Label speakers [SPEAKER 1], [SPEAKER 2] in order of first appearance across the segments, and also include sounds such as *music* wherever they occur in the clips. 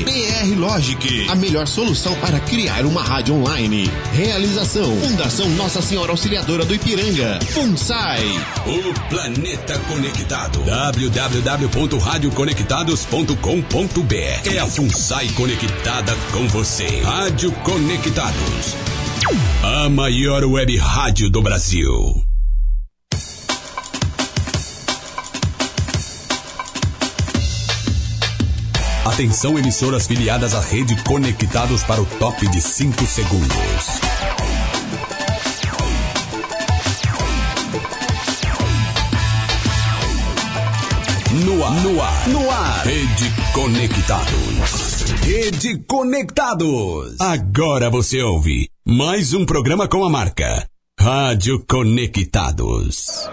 [SPEAKER 1] PR Logic, a melhor solução para criar uma rádio online. Realização: Fundação Nossa Senhora Auxiliadora do Ipiranga, FUNSAI.
[SPEAKER 2] O planeta conectado. www.radioconectados.com.br É a FUNSAI conectada com você. Rádio Conectados. A maior web rádio do Brasil. Atenção emissoras filiadas à rede Conectados para o top de 5 segundos. No ar, no ar, no ar. Rede Conectados. Rede Conectados. Agora você ouve mais um programa com a marca Rádio Conectados.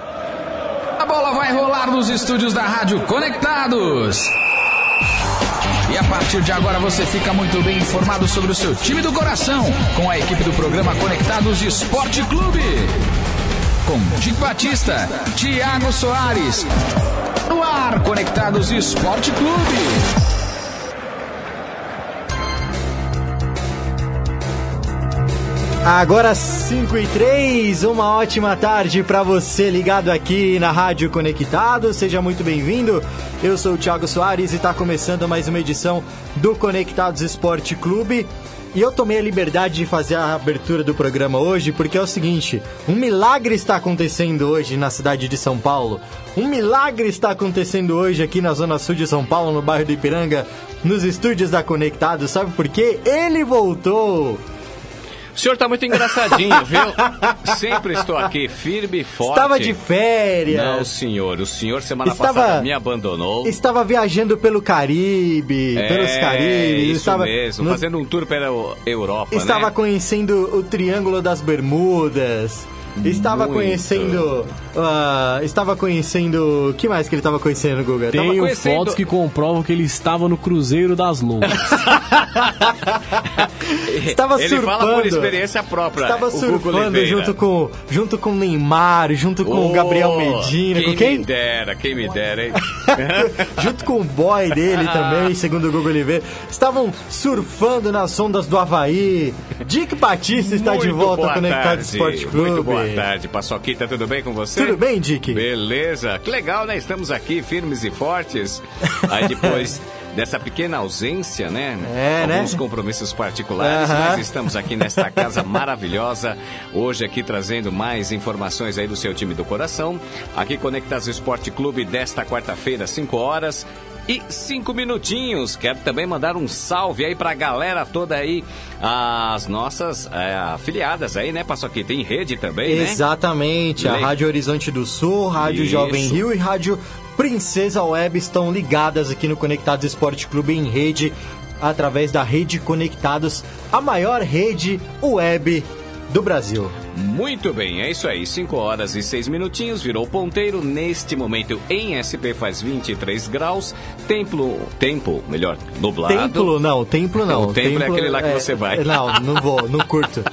[SPEAKER 3] A bola vai rolar nos estúdios da Rádio Conectados. E a partir de agora você fica muito bem informado sobre o seu time do coração com a equipe do programa Conectados Esporte Clube. Com Dick Batista, Thiago Soares. No ar, Conectados Esporte Clube.
[SPEAKER 4] Agora 5 e 3, uma ótima tarde para você ligado aqui na Rádio Conectado. Seja muito bem-vindo. Eu sou o Thiago Soares e está começando mais uma edição do Conectados Esporte Clube. E eu tomei a liberdade de fazer a abertura do programa hoje porque é o seguinte: um milagre está acontecendo hoje na cidade de São Paulo. Um milagre está acontecendo hoje aqui na Zona Sul de São Paulo, no bairro do Ipiranga, nos estúdios da Conectado. Sabe por quê? Ele voltou!
[SPEAKER 5] O senhor tá muito
[SPEAKER 4] *laughs*
[SPEAKER 5] engraçadinho, viu? Sempre estou aqui, firme e forte.
[SPEAKER 4] Estava de férias.
[SPEAKER 5] Não, senhor. O senhor semana
[SPEAKER 4] Estava-
[SPEAKER 5] passada me abandonou.
[SPEAKER 4] Estava viajando pelo Caribe, pelos Caribes.
[SPEAKER 5] É, Isso
[SPEAKER 4] estava
[SPEAKER 5] mesmo.
[SPEAKER 4] no-
[SPEAKER 5] Fazendo um tour pela Eu- Europa,
[SPEAKER 4] estava
[SPEAKER 5] né?
[SPEAKER 4] conhecendo o Triângulo das Bermudas. Estava
[SPEAKER 5] Muito.
[SPEAKER 4] conhecendo. ah, estava conhecendo. O que mais que ele estava conhecendo, Guga? Tava
[SPEAKER 6] Tenho
[SPEAKER 5] conhecendo-
[SPEAKER 6] fotos que comprovam que ele estava no Cruzeiro das Lombas.
[SPEAKER 4] estava
[SPEAKER 5] Ele fala por
[SPEAKER 4] surfando.
[SPEAKER 5] experiência própria. né?
[SPEAKER 4] Estava
[SPEAKER 5] o Gugu
[SPEAKER 4] surfando
[SPEAKER 5] Oliveira.
[SPEAKER 4] junto com, junto com o Neymar, junto com o
[SPEAKER 5] Oh,
[SPEAKER 4] Gabriel Medina,
[SPEAKER 5] quem
[SPEAKER 4] com quem?
[SPEAKER 5] me dera, quem me dera,
[SPEAKER 4] *laughs*
[SPEAKER 5] hein?
[SPEAKER 4] junto com o boy dele
[SPEAKER 5] Ah.
[SPEAKER 4] também, segundo o Google Oliveira, estavam surfando nas ondas do Havaí. Dick Batista está Tá de
[SPEAKER 5] Muito
[SPEAKER 4] volta
[SPEAKER 5] boa
[SPEAKER 4] ao Conectado
[SPEAKER 5] tarde.
[SPEAKER 4] Esporte Clube.
[SPEAKER 5] Muito boa tarde, Paçoquita, tudo bem com você?
[SPEAKER 4] Tudo bem, Dick?
[SPEAKER 5] Beleza, que legal, né? Estamos aqui firmes e fortes. Aí
[SPEAKER 4] *laughs*
[SPEAKER 5] depois dessa pequena ausência, né?
[SPEAKER 4] É, né?
[SPEAKER 5] Alguns compromissos particulares,
[SPEAKER 4] Aham.
[SPEAKER 5] mas estamos aqui nesta casa maravilhosa. Hoje aqui trazendo mais informações aí do seu time do coração. Aqui Conectados Esporte Clube desta quarta-feira, 5 horas. E cinco minutinhos. Quero também mandar um salve aí pra galera toda aí, as nossas é, afiliadas aí, né, Paçoquita? Em rede também, né?
[SPEAKER 4] Exatamente, a
[SPEAKER 5] Legal.
[SPEAKER 4] Rádio Horizonte do Sul, Rádio
[SPEAKER 5] Isso.
[SPEAKER 4] Jovem Rio e Rádio Princesa Web estão ligadas aqui no Conectados Esporte Clube em rede, através da Rede Conectados, a maior rede web do Brasil.
[SPEAKER 5] Muito bem, é isso aí. 5 horas e 6 minutinhos, virou ponteiro. Neste momento em SP faz 23 graus. Templo, tempo, melhor, nublado.
[SPEAKER 4] Templo não, templo não.
[SPEAKER 5] O templo é aquele lá que você vai.
[SPEAKER 4] Não, não vou, não
[SPEAKER 5] *laughs*
[SPEAKER 4] curto.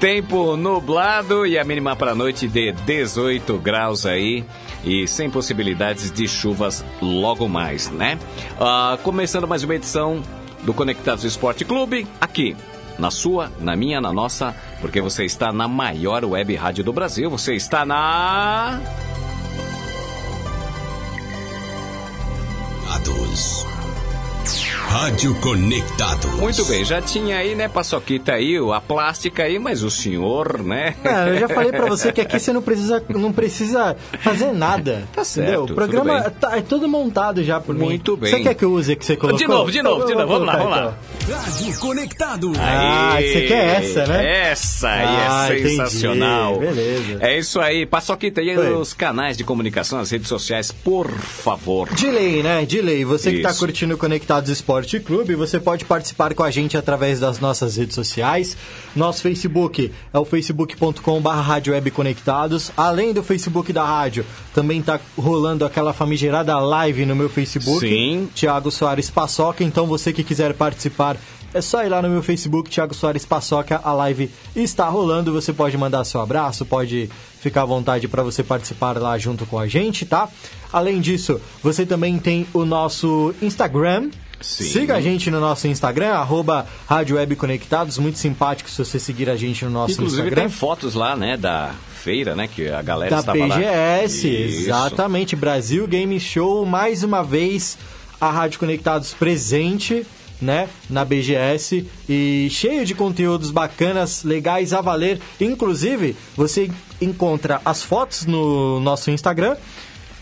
[SPEAKER 5] Tempo nublado e a mínima para a noite de 18 graus aí. E sem possibilidades de chuvas logo mais, né? Ah, começando mais uma edição do Conectados Esporte Clube, aqui. Na sua, na minha, na nossa, porque você está na maior web rádio do Brasil. Você está na.
[SPEAKER 2] Conectados. Rádio Conectados.
[SPEAKER 5] Muito bem, já tinha aí, né, Paçoquita aí, o- a plástica aí, mas o senhor, né?
[SPEAKER 4] Cara, Ah, eu já
[SPEAKER 5] *laughs*
[SPEAKER 4] falei pra você que aqui você não precisa, não precisa fazer nada.
[SPEAKER 5] Tá certo,
[SPEAKER 4] entendeu? O
[SPEAKER 5] tudo
[SPEAKER 4] programa
[SPEAKER 5] bem.
[SPEAKER 4] tá, é todo montado já por mim.
[SPEAKER 5] Muito bem.
[SPEAKER 4] Você quer que eu use o que você colocou?
[SPEAKER 5] De novo, de novo, de
[SPEAKER 4] Então
[SPEAKER 5] novo.
[SPEAKER 4] eu
[SPEAKER 5] Vamos
[SPEAKER 4] vou
[SPEAKER 5] lá,
[SPEAKER 4] colocar,
[SPEAKER 5] vamos lá.
[SPEAKER 4] então.
[SPEAKER 2] Rádio Conectados.
[SPEAKER 4] Ah,
[SPEAKER 5] Aí,
[SPEAKER 4] você quer essa,
[SPEAKER 5] É,
[SPEAKER 4] né?
[SPEAKER 5] Essa aí
[SPEAKER 4] Ah,
[SPEAKER 5] é
[SPEAKER 4] entendi,
[SPEAKER 5] sensacional.
[SPEAKER 4] beleza.
[SPEAKER 5] É isso aí, Paçoquita, e
[SPEAKER 4] Foi.
[SPEAKER 5] os canais de comunicação, as redes sociais, por favor.
[SPEAKER 4] De lei, né? De lei. Você que tá
[SPEAKER 5] Isso.
[SPEAKER 4] curtindo o Conectados Esporte Clube, você pode participar com a gente através das nossas redes sociais. Nosso Facebook é o facebook.com.br Rádio Web Conectados. Além do Facebook da rádio, também tá rolando aquela famigerada live no meu Facebook.
[SPEAKER 5] Sim.
[SPEAKER 4] Thiago Soares Paçoca. Então você que quiser participar, é só ir lá no meu Facebook, Thiago Soares Paçoca. A live está rolando. Você pode mandar seu abraço, pode ficar à vontade para você participar lá junto com a gente, tá? Além disso, você também tem o nosso Instagram.
[SPEAKER 5] Sim.
[SPEAKER 4] Siga a gente no nosso Instagram, arroba Rádio Web Conectados. Muito simpático se você seguir a gente no nosso
[SPEAKER 5] Inclusive
[SPEAKER 4] Instagram.
[SPEAKER 5] tem fotos lá, né, da feira, né, que a galera
[SPEAKER 4] da
[SPEAKER 5] estava lá.
[SPEAKER 4] PGS,
[SPEAKER 5] Isso.
[SPEAKER 4] exatamente. Brasil Game Show, mais uma vez a Rádio Conectados presente, né, na BGS e cheio de conteúdos bacanas, legais a valer. Inclusive, você encontra as fotos no nosso Instagram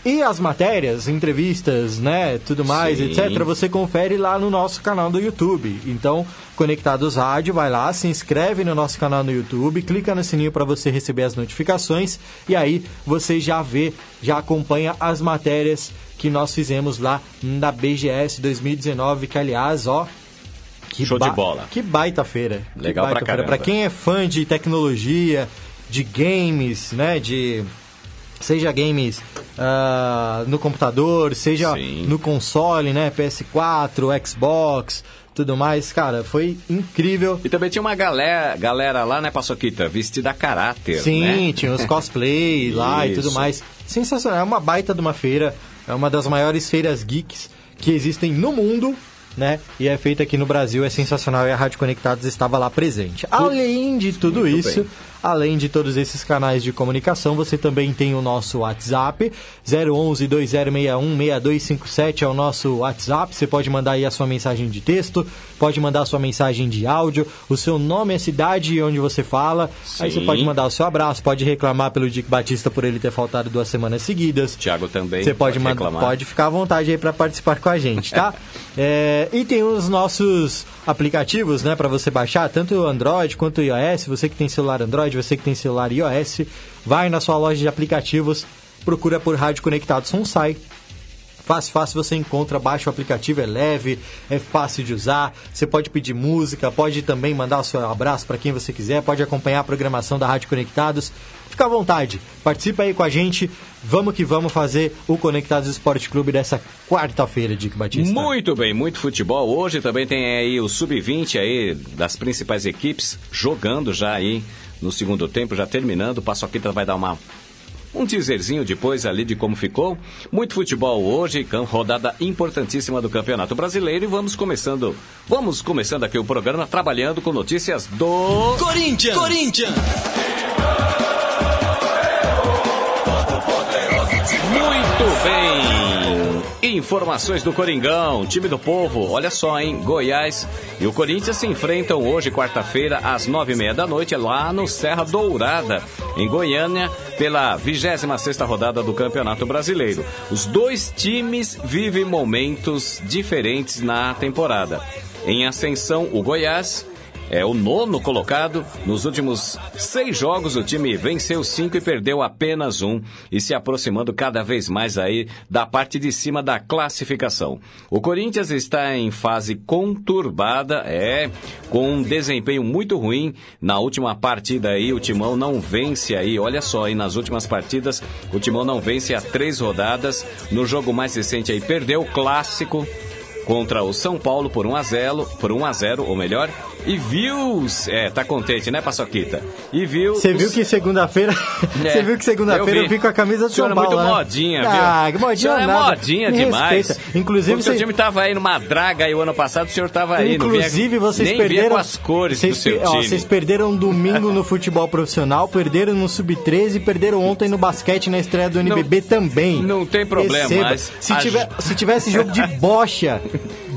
[SPEAKER 4] e as matérias, entrevistas, né, tudo mais,
[SPEAKER 5] Sim.
[SPEAKER 4] etc. Você confere lá no nosso canal do YouTube. Então, Conectados Rádio, vai lá, se inscreve no nosso canal no YouTube, clica no sininho para você receber as notificações e aí você já vê, já acompanha as matérias que nós fizemos lá na BGS 2019, que aliás, ó, que
[SPEAKER 5] Show de
[SPEAKER 4] ba-
[SPEAKER 5] bola.
[SPEAKER 4] Que baita feira. Que
[SPEAKER 5] Legal pra
[SPEAKER 4] baita feira.
[SPEAKER 5] caramba.
[SPEAKER 4] Pra quem é fã de tecnologia, de games, né, de seja games ah, no computador, seja
[SPEAKER 5] Sim.
[SPEAKER 4] no console, né, PS4, Xbox, tudo mais, cara, foi incrível.
[SPEAKER 5] E também tinha uma galera, galera lá, né, Paçoquita, vestida a caráter,
[SPEAKER 4] Sim,
[SPEAKER 5] né?
[SPEAKER 4] tinha os
[SPEAKER 5] *laughs*
[SPEAKER 4] cosplay lá e tudo
[SPEAKER 5] Isso.
[SPEAKER 4] mais. Sensacional, é uma baita de uma feira, é uma das maiores feiras geeks que existem no mundo, né? E é feita aqui no Brasil, é sensacional e a Rádio Conectados estava lá presente. Além de tudo isso,
[SPEAKER 5] bem.
[SPEAKER 4] além de todos esses canais de comunicação, você também tem o nosso WhatsApp, 011 2061 6257 é o nosso WhatsApp. Você pode mandar aí a sua mensagem de texto, pode mandar a sua mensagem de áudio, o seu nome, a cidade onde você fala. Aí você
[SPEAKER 5] Sim.
[SPEAKER 4] pode mandar o seu abraço, pode reclamar pelo Dick Batista por ele ter faltado duas semanas seguidas.
[SPEAKER 5] Thiago também
[SPEAKER 4] Você
[SPEAKER 5] pode
[SPEAKER 4] pode, mandar,
[SPEAKER 5] reclamar.
[SPEAKER 4] pode ficar à vontade aí para participar com a gente, tá? É, e tem os nossos aplicativos, né, para você baixar, tanto o Android quanto o iOS. Você que tem celular Android, você que tem celular iOS, vai na sua loja de aplicativos, procura por Rádio Conectados Sonsai. Fácil, fácil você encontra, baixa o aplicativo, é leve, é fácil de usar. Você pode pedir música, pode também mandar o seu abraço para quem você quiser, pode acompanhar a programação da Rádio Conectados. Fica à vontade, participa aí com a gente. Vamos que vamos fazer o Conectados Esporte Clube dessa quarta-feira, Dick Batista.
[SPEAKER 5] Muito bem, muito futebol. Hoje também tem aí o sub-20 aí das principais equipes jogando já aí no segundo tempo, já terminando. O Paçoquita vai dar uma um teaserzinho depois ali de como ficou. Muito futebol hoje, cam- rodada importantíssima do Campeonato Brasileiro e vamos começando. Vamos começando aqui o programa trabalhando com notícias do
[SPEAKER 7] Corinthians! Corinthians!
[SPEAKER 5] Muito bem! Informações do Coringão, time do povo, olha só, hein? Goiás e o Corinthians se enfrentam hoje, quarta-feira, às nove e meia da noite, é lá no Serra Dourada, em Goiânia, pela 26 sexta rodada do Campeonato Brasileiro. Os dois times vivem momentos diferentes na temporada. Em ascensão, o Goiás é o nono colocado. Nos últimos seis jogos, o time venceu cinco e perdeu apenas um, e se aproximando cada vez mais aí da parte de cima da classificação. O Corinthians está em fase conturbada, é, com um desempenho muito ruim. Na última partida aí, o Timão não vence aí, olha só, aí nas últimas partidas, o Timão não vence há três rodadas. No jogo mais recente aí, perdeu o clássico contra o São Paulo por 1 a 0, por 1 a 0, ou melhor, e viu, é, tá contente, né, Paçoquita? E viu
[SPEAKER 4] Você viu
[SPEAKER 5] os- *laughs*
[SPEAKER 4] que segunda-feira,
[SPEAKER 5] É,
[SPEAKER 4] você viu que segunda-feira
[SPEAKER 5] eu
[SPEAKER 4] eu,
[SPEAKER 5] vi.
[SPEAKER 4] vim com a camisa do
[SPEAKER 5] O senhor
[SPEAKER 4] São
[SPEAKER 5] é
[SPEAKER 4] Paulo.
[SPEAKER 5] muito
[SPEAKER 4] né?
[SPEAKER 5] modinha, viu?
[SPEAKER 4] Ah, que
[SPEAKER 5] O
[SPEAKER 4] modinha
[SPEAKER 5] senhor é
[SPEAKER 4] nada.
[SPEAKER 5] modinha
[SPEAKER 4] Me
[SPEAKER 5] demais.
[SPEAKER 4] respeita. Inclusive,
[SPEAKER 5] o seu
[SPEAKER 4] você-
[SPEAKER 5] time tava aí numa draga aí o ano passado, o senhor tava tá aí, não
[SPEAKER 4] Inclusive,
[SPEAKER 5] vinha,
[SPEAKER 4] vocês
[SPEAKER 5] nem
[SPEAKER 4] perderam.
[SPEAKER 5] vinha com as cores do
[SPEAKER 4] vocês,
[SPEAKER 5] seu
[SPEAKER 4] pe- ó,
[SPEAKER 5] time.
[SPEAKER 4] vocês perderam um domingo no futebol profissional, perderam no Sub-13, perderam ontem no basquete na estreia do NBB também.
[SPEAKER 5] não tem problema,
[SPEAKER 4] Perceba.
[SPEAKER 5] mas
[SPEAKER 4] Se,
[SPEAKER 5] a-
[SPEAKER 4] tiver, se tivesse jogo de bocha.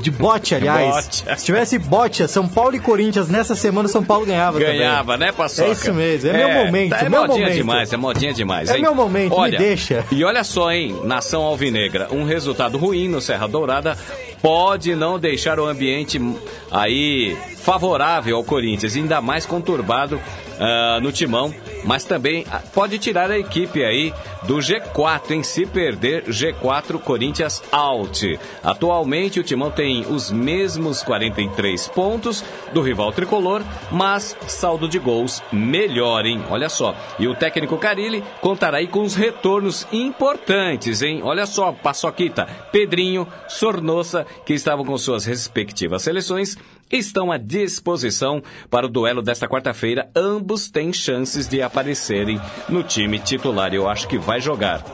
[SPEAKER 4] De bote, aliás.
[SPEAKER 5] Bote.
[SPEAKER 4] Se tivesse bote, São Paulo e Corinthians nessa semana, São Paulo ganhava. também.
[SPEAKER 5] Ganhava, né, Paçoca?
[SPEAKER 4] É isso mesmo, é meu momento,
[SPEAKER 5] tá- É
[SPEAKER 4] meu
[SPEAKER 5] modinha
[SPEAKER 4] momento.
[SPEAKER 5] demais, é modinha demais.
[SPEAKER 4] É
[SPEAKER 5] hein?
[SPEAKER 4] meu momento, me
[SPEAKER 5] olha,
[SPEAKER 4] deixa.
[SPEAKER 5] E olha só, hein, Nação Alvinegra, um resultado ruim no Serra Dourada pode não deixar o ambiente aí favorável ao Corinthians, ainda mais conturbado ah, no timão, mas também ah, pode tirar a equipe aí do G4, em se perder G4 Corinthians out. Atualmente o timão tem os mesmos 43 pontos do rival tricolor, mas saldo de gols melhor, hein? Olha só. E o técnico Carilli contará aí com os retornos importantes, hein? Olha só, Paçoquita, Pedrinho, Sornosa, que estavam com suas respectivas seleções, estão à disposição para o duelo desta quarta-feira. Ambos têm chances de aparecerem no time titular. Eu acho que vai jogar.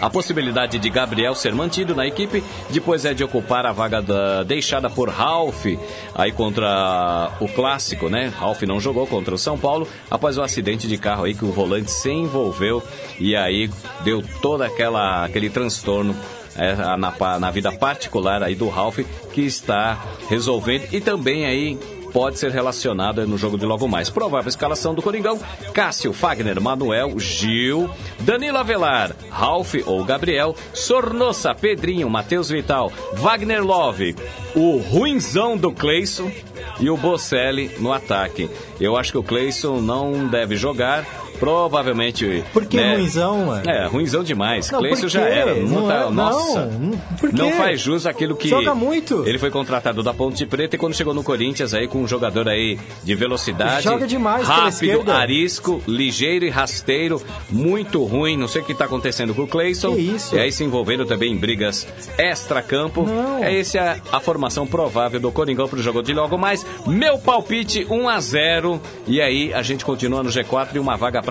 [SPEAKER 5] A possibilidade de Gabriel ser mantido na equipe depois é de ocupar a vaga da- deixada por Ralf aí contra o clássico, né? Ralf não jogou contra o São Paulo após o acidente de carro aí que o volante se envolveu e aí deu toda aquela aquele transtorno é, a- na, pa- na vida particular aí do Ralph que está resolvendo e também aí pode ser relacionado no jogo de logo mais. Provável escalação do Coringão: Cássio, Fagner, Manuel, Gil, Danilo Avelar, Ralph ou Gabriel, Sornossa, Pedrinho, Matheus Vital, Wagner Love, o ruinzão do Cleison e o Bocelli no ataque. Eu acho que o Cleison não deve jogar. Provavelmente. né?
[SPEAKER 4] Por que ruinzão, mano?
[SPEAKER 5] É, ruinzão demais.
[SPEAKER 4] Não, por
[SPEAKER 5] Cleison já
[SPEAKER 4] quê?
[SPEAKER 5] era. Não
[SPEAKER 4] Não
[SPEAKER 5] tá-
[SPEAKER 4] é- não,
[SPEAKER 5] nossa.
[SPEAKER 4] não, por quê?
[SPEAKER 5] Não faz jus aquilo que.
[SPEAKER 4] Joga muito.
[SPEAKER 5] Ele foi contratado da Ponte Preta e quando chegou no Corinthians aí com um jogador aí de velocidade.
[SPEAKER 4] Joga demais pela
[SPEAKER 5] Rápido,
[SPEAKER 4] esquerda.
[SPEAKER 5] arisco, ligeiro e rasteiro. Muito ruim. Não sei o que tá acontecendo com o Cleison.
[SPEAKER 4] Que isso?
[SPEAKER 5] E aí se envolvendo também em brigas extra-campo.
[SPEAKER 4] Não.
[SPEAKER 5] É essa é a formação provável do Coringão pro jogo de logo mais. Meu palpite 1 a 0 e aí a gente continua no G4 e uma vaga para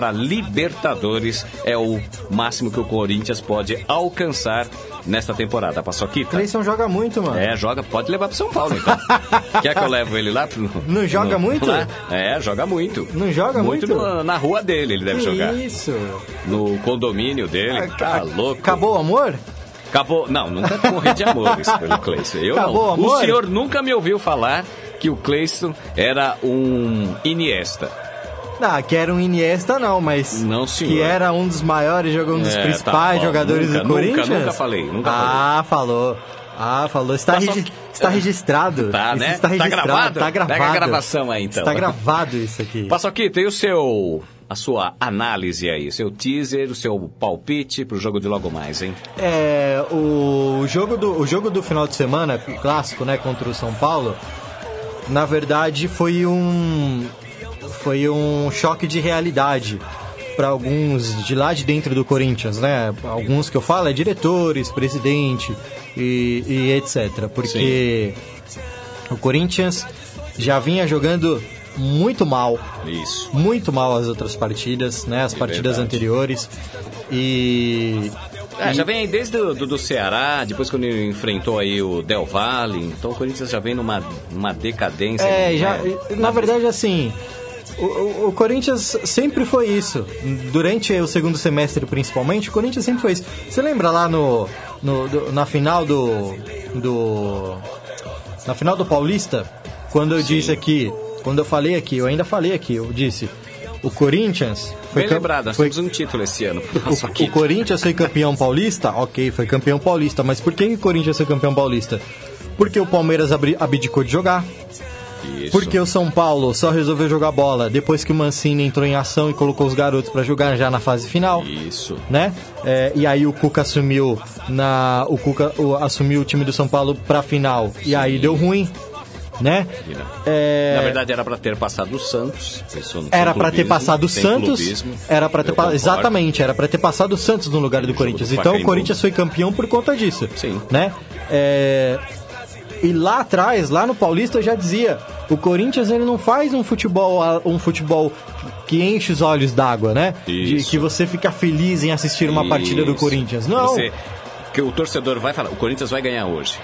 [SPEAKER 5] Libertadores é o máximo que o Corinthians pode alcançar nesta temporada. Paçoquita.
[SPEAKER 4] Cleison joga muito, mano.
[SPEAKER 5] É, joga, pode levar pro São Paulo
[SPEAKER 4] *laughs*
[SPEAKER 5] então. Quer que eu levo ele lá pro
[SPEAKER 4] Não joga muito?
[SPEAKER 5] lá? É, joga muito.
[SPEAKER 4] Não joga muito?
[SPEAKER 5] na- na rua dele ele deve
[SPEAKER 4] Que
[SPEAKER 5] jogar.
[SPEAKER 4] isso? Ah,
[SPEAKER 5] No condomínio dele. Tá louco.
[SPEAKER 4] Acabou o amor?
[SPEAKER 5] Acabou. Não, nunca *laughs* morri de amores pelo Cleison. Eu
[SPEAKER 4] Acabou
[SPEAKER 5] não.
[SPEAKER 4] o amor?
[SPEAKER 5] O senhor nunca me ouviu falar que o Cleison era um Iniesta.
[SPEAKER 4] Ah, que era um Iniesta não, mas...
[SPEAKER 5] Não, senhor.
[SPEAKER 4] Que era um dos maiores, joga- um dos
[SPEAKER 5] É, tá
[SPEAKER 4] principais
[SPEAKER 5] bom.
[SPEAKER 4] jogadores
[SPEAKER 5] Nunca,
[SPEAKER 4] do
[SPEAKER 5] nunca,
[SPEAKER 4] Corinthians?
[SPEAKER 5] nunca falei, nunca
[SPEAKER 4] ah, falou. Ah, falou. Está,
[SPEAKER 5] Mas só- é.
[SPEAKER 4] regi- está registrado.
[SPEAKER 5] Tá,
[SPEAKER 4] Isso
[SPEAKER 5] né?
[SPEAKER 4] Está
[SPEAKER 5] Tá
[SPEAKER 4] registrado.
[SPEAKER 5] gravado?
[SPEAKER 4] Está
[SPEAKER 5] Pega a
[SPEAKER 4] gravado.
[SPEAKER 5] gravação aí, então.
[SPEAKER 4] Está gravado isso aqui.
[SPEAKER 5] Paçoquita, e o seu. A sua análise aí, seu teaser, o seu palpite pro jogo de logo mais, hein?
[SPEAKER 4] É, o jogo do o jogo do final de semana, o clássico, né, contra o São Paulo, na verdade foi um foi um choque de realidade para alguns de lá de dentro do Corinthians, né? Alguns que eu falo é diretores, presidente e, e etc. Porque o Corinthians já vinha jogando muito mal
[SPEAKER 5] Isso.
[SPEAKER 4] muito mal as outras partidas, né? As partidas
[SPEAKER 5] verdade.
[SPEAKER 4] anteriores. E.
[SPEAKER 5] É, já vem aí desde o do, do Ceará, depois quando ele enfrentou aí o Del Valle, então o Corinthians já vem numa, numa decadência.
[SPEAKER 4] É,
[SPEAKER 5] né?
[SPEAKER 4] já, na verdade, assim. O, o- o Corinthians sempre foi isso. Durante o segundo semestre, principalmente, o Corinthians sempre foi isso. Você lembra lá no, no- do- na final do, do. Na final do Paulista, quando eu disse aqui. Quando eu falei aqui, eu ainda falei aqui, eu disse. O Corinthians.
[SPEAKER 5] Bem
[SPEAKER 4] cam-
[SPEAKER 5] lembrado, nós
[SPEAKER 4] foi-
[SPEAKER 5] temos um título esse ano. pro
[SPEAKER 4] *laughs* O, o
[SPEAKER 5] Paçoquita.
[SPEAKER 4] Corinthians foi campeão paulista? Ok, foi campeão paulista. Mas por que o Corinthians foi campeão paulista? Porque o Palmeiras abri- abdicou de jogar.
[SPEAKER 5] Isso.
[SPEAKER 4] Porque o São Paulo só resolveu jogar bola depois que o Mancini entrou em ação e colocou os garotos pra jogar já na fase final.
[SPEAKER 5] Isso.
[SPEAKER 4] Né? É, e aí o Cuca assumiu na o Cuca o- assumiu o time do São Paulo pra final e aí deu ruim, né? É,
[SPEAKER 5] Na verdade, era pra ter passado o Santos. Pensou no
[SPEAKER 4] era
[SPEAKER 5] sem
[SPEAKER 4] pra ter
[SPEAKER 5] Então, clubismo,
[SPEAKER 4] passado o
[SPEAKER 5] sem
[SPEAKER 4] Santos,
[SPEAKER 5] clubismo.
[SPEAKER 4] era para ter
[SPEAKER 5] Eu
[SPEAKER 4] pa-
[SPEAKER 5] concordo.
[SPEAKER 4] exatamente, era para ter passado o Santos no lugar do
[SPEAKER 5] jogo
[SPEAKER 4] Corinthians.
[SPEAKER 5] do
[SPEAKER 4] Então o
[SPEAKER 5] Pacaembu.
[SPEAKER 4] Corinthians foi campeão por conta disso,
[SPEAKER 5] Sim.
[SPEAKER 4] né? É, E lá atrás, lá no Paulista, eu já dizia, o Corinthians ele não faz um futebol a- um futebol que enche os olhos d'água, né? De-
[SPEAKER 5] Isso.
[SPEAKER 4] que você fica feliz em assistir uma partida do
[SPEAKER 5] Isso.
[SPEAKER 4] Corinthians. Não.
[SPEAKER 5] Você- que o torcedor vai falar, o Corinthians vai ganhar hoje.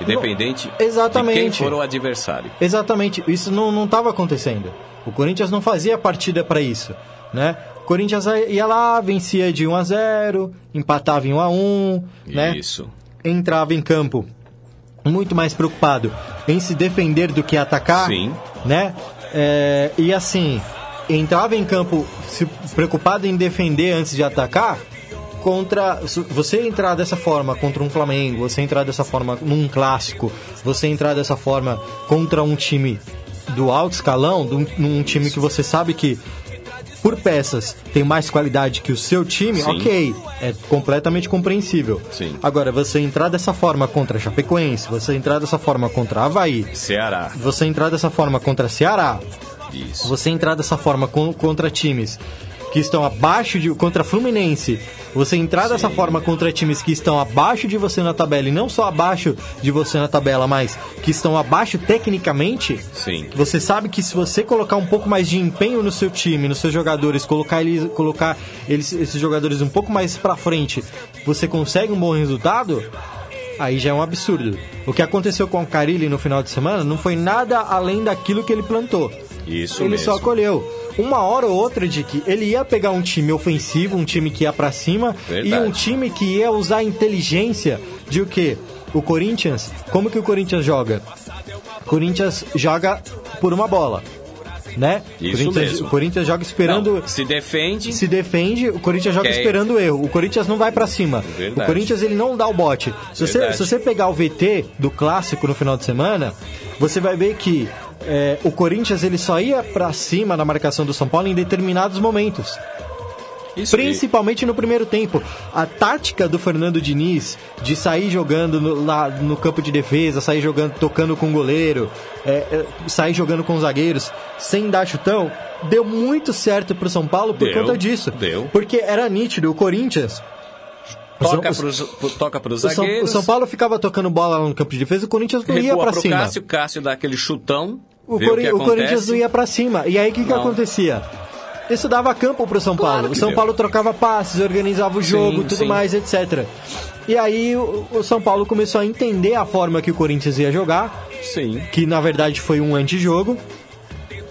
[SPEAKER 5] Independente
[SPEAKER 4] Exatamente.
[SPEAKER 5] de quem for o adversário.
[SPEAKER 4] Exatamente, isso não não estava acontecendo. O Corinthians não fazia partida para isso, né? O Corinthians ia lá, vencia de 1 a 0, empatava em 1 a 1, né?
[SPEAKER 5] Isso.
[SPEAKER 4] Entrava em campo muito mais preocupado em se defender do que atacar,
[SPEAKER 5] Sim.
[SPEAKER 4] né? É, e assim, entrava em campo se preocupado em defender antes de atacar. Contra se você entrar dessa forma contra um Flamengo, você entrar dessa forma num clássico, você entrar dessa forma contra um time do alto escalão, de um- num time que você sabe que por peças tem mais qualidade que o seu time,
[SPEAKER 5] Sim.
[SPEAKER 4] ok, é completamente compreensível.
[SPEAKER 5] Sim.
[SPEAKER 4] Agora, você entrar dessa forma contra Chapecoense, você entrar dessa forma contra Havaí,
[SPEAKER 5] Ceará.
[SPEAKER 4] você entrar dessa forma contra Ceará,
[SPEAKER 5] Isso.
[SPEAKER 4] você entrar dessa forma con- contra times que estão abaixo de contra Fluminense, você entrar dessa forma contra times que estão abaixo de você na tabela e não só abaixo de você na tabela, mas que estão abaixo tecnicamente,
[SPEAKER 5] Sim.
[SPEAKER 4] você sabe que se você colocar um pouco mais de empenho no seu time, nos seus jogadores, colocar eles, colocar eles, esses jogadores um pouco mais pra frente, você consegue um bom resultado? Aí já é um absurdo. O que aconteceu com o Carilli no final de semana não foi nada além daquilo que ele plantou.
[SPEAKER 5] Isso
[SPEAKER 4] ele só
[SPEAKER 5] mesmo.
[SPEAKER 4] colheu. Uma hora ou outra de que ele ia pegar um time ofensivo, um time que ia pra cima
[SPEAKER 5] Verdade.
[SPEAKER 4] e um time que ia usar a inteligência de o quê? O Corinthians, como que o Corinthians joga? Corinthians joga por uma bola, né?
[SPEAKER 5] Isso
[SPEAKER 4] Corinthians,
[SPEAKER 5] mesmo.
[SPEAKER 4] O Corinthians joga esperando
[SPEAKER 5] Não, se defende.
[SPEAKER 4] se defende, o Corinthians joga
[SPEAKER 5] Que é-
[SPEAKER 4] esperando o erro. O Corinthians não vai pra cima.
[SPEAKER 5] Verdade.
[SPEAKER 4] O Corinthians ele não dá o bote. Se você,
[SPEAKER 5] Verdade.
[SPEAKER 4] se você pegar o VT do clássico no final de semana, você vai ver que é, o Corinthians ele só ia pra cima na marcação do São Paulo em determinados momentos.
[SPEAKER 5] Isso aí.
[SPEAKER 4] Principalmente no primeiro tempo. A tática do Fernando Diniz de sair jogando no, lá no campo de defesa, sair jogando, tocando com o goleiro, é, é, sair jogando com os zagueiros, sem dar chutão, deu muito certo pro São Paulo por
[SPEAKER 5] Deu,
[SPEAKER 4] conta disso.
[SPEAKER 5] deu.
[SPEAKER 4] Porque era nítido, o Corinthians.
[SPEAKER 5] Toca
[SPEAKER 4] os-
[SPEAKER 5] pros, pro, toca pros
[SPEAKER 4] o São, o
[SPEAKER 5] zagueiros.
[SPEAKER 4] São Paulo ficava tocando bola lá no campo de defesa, o Corinthians não ia
[SPEAKER 5] recua
[SPEAKER 4] pra
[SPEAKER 5] pro
[SPEAKER 4] cima.
[SPEAKER 5] Cássio, Cássio dá aquele chutão.
[SPEAKER 4] O,
[SPEAKER 5] vê
[SPEAKER 4] Cori-
[SPEAKER 5] que
[SPEAKER 4] o Corinthians
[SPEAKER 5] acontece.
[SPEAKER 4] não ia pra cima. E aí o que, que
[SPEAKER 5] Não.
[SPEAKER 4] acontecia? Isso dava campo pro São Paulo.
[SPEAKER 5] que
[SPEAKER 4] o São
[SPEAKER 5] deu.
[SPEAKER 4] Paulo trocava passes, organizava o jogo, tudo
[SPEAKER 5] sim.
[SPEAKER 4] mais, etc. E aí o, o São Paulo começou a entender a forma que o Corinthians ia jogar,
[SPEAKER 5] Sim,
[SPEAKER 4] que na verdade foi um antijogo,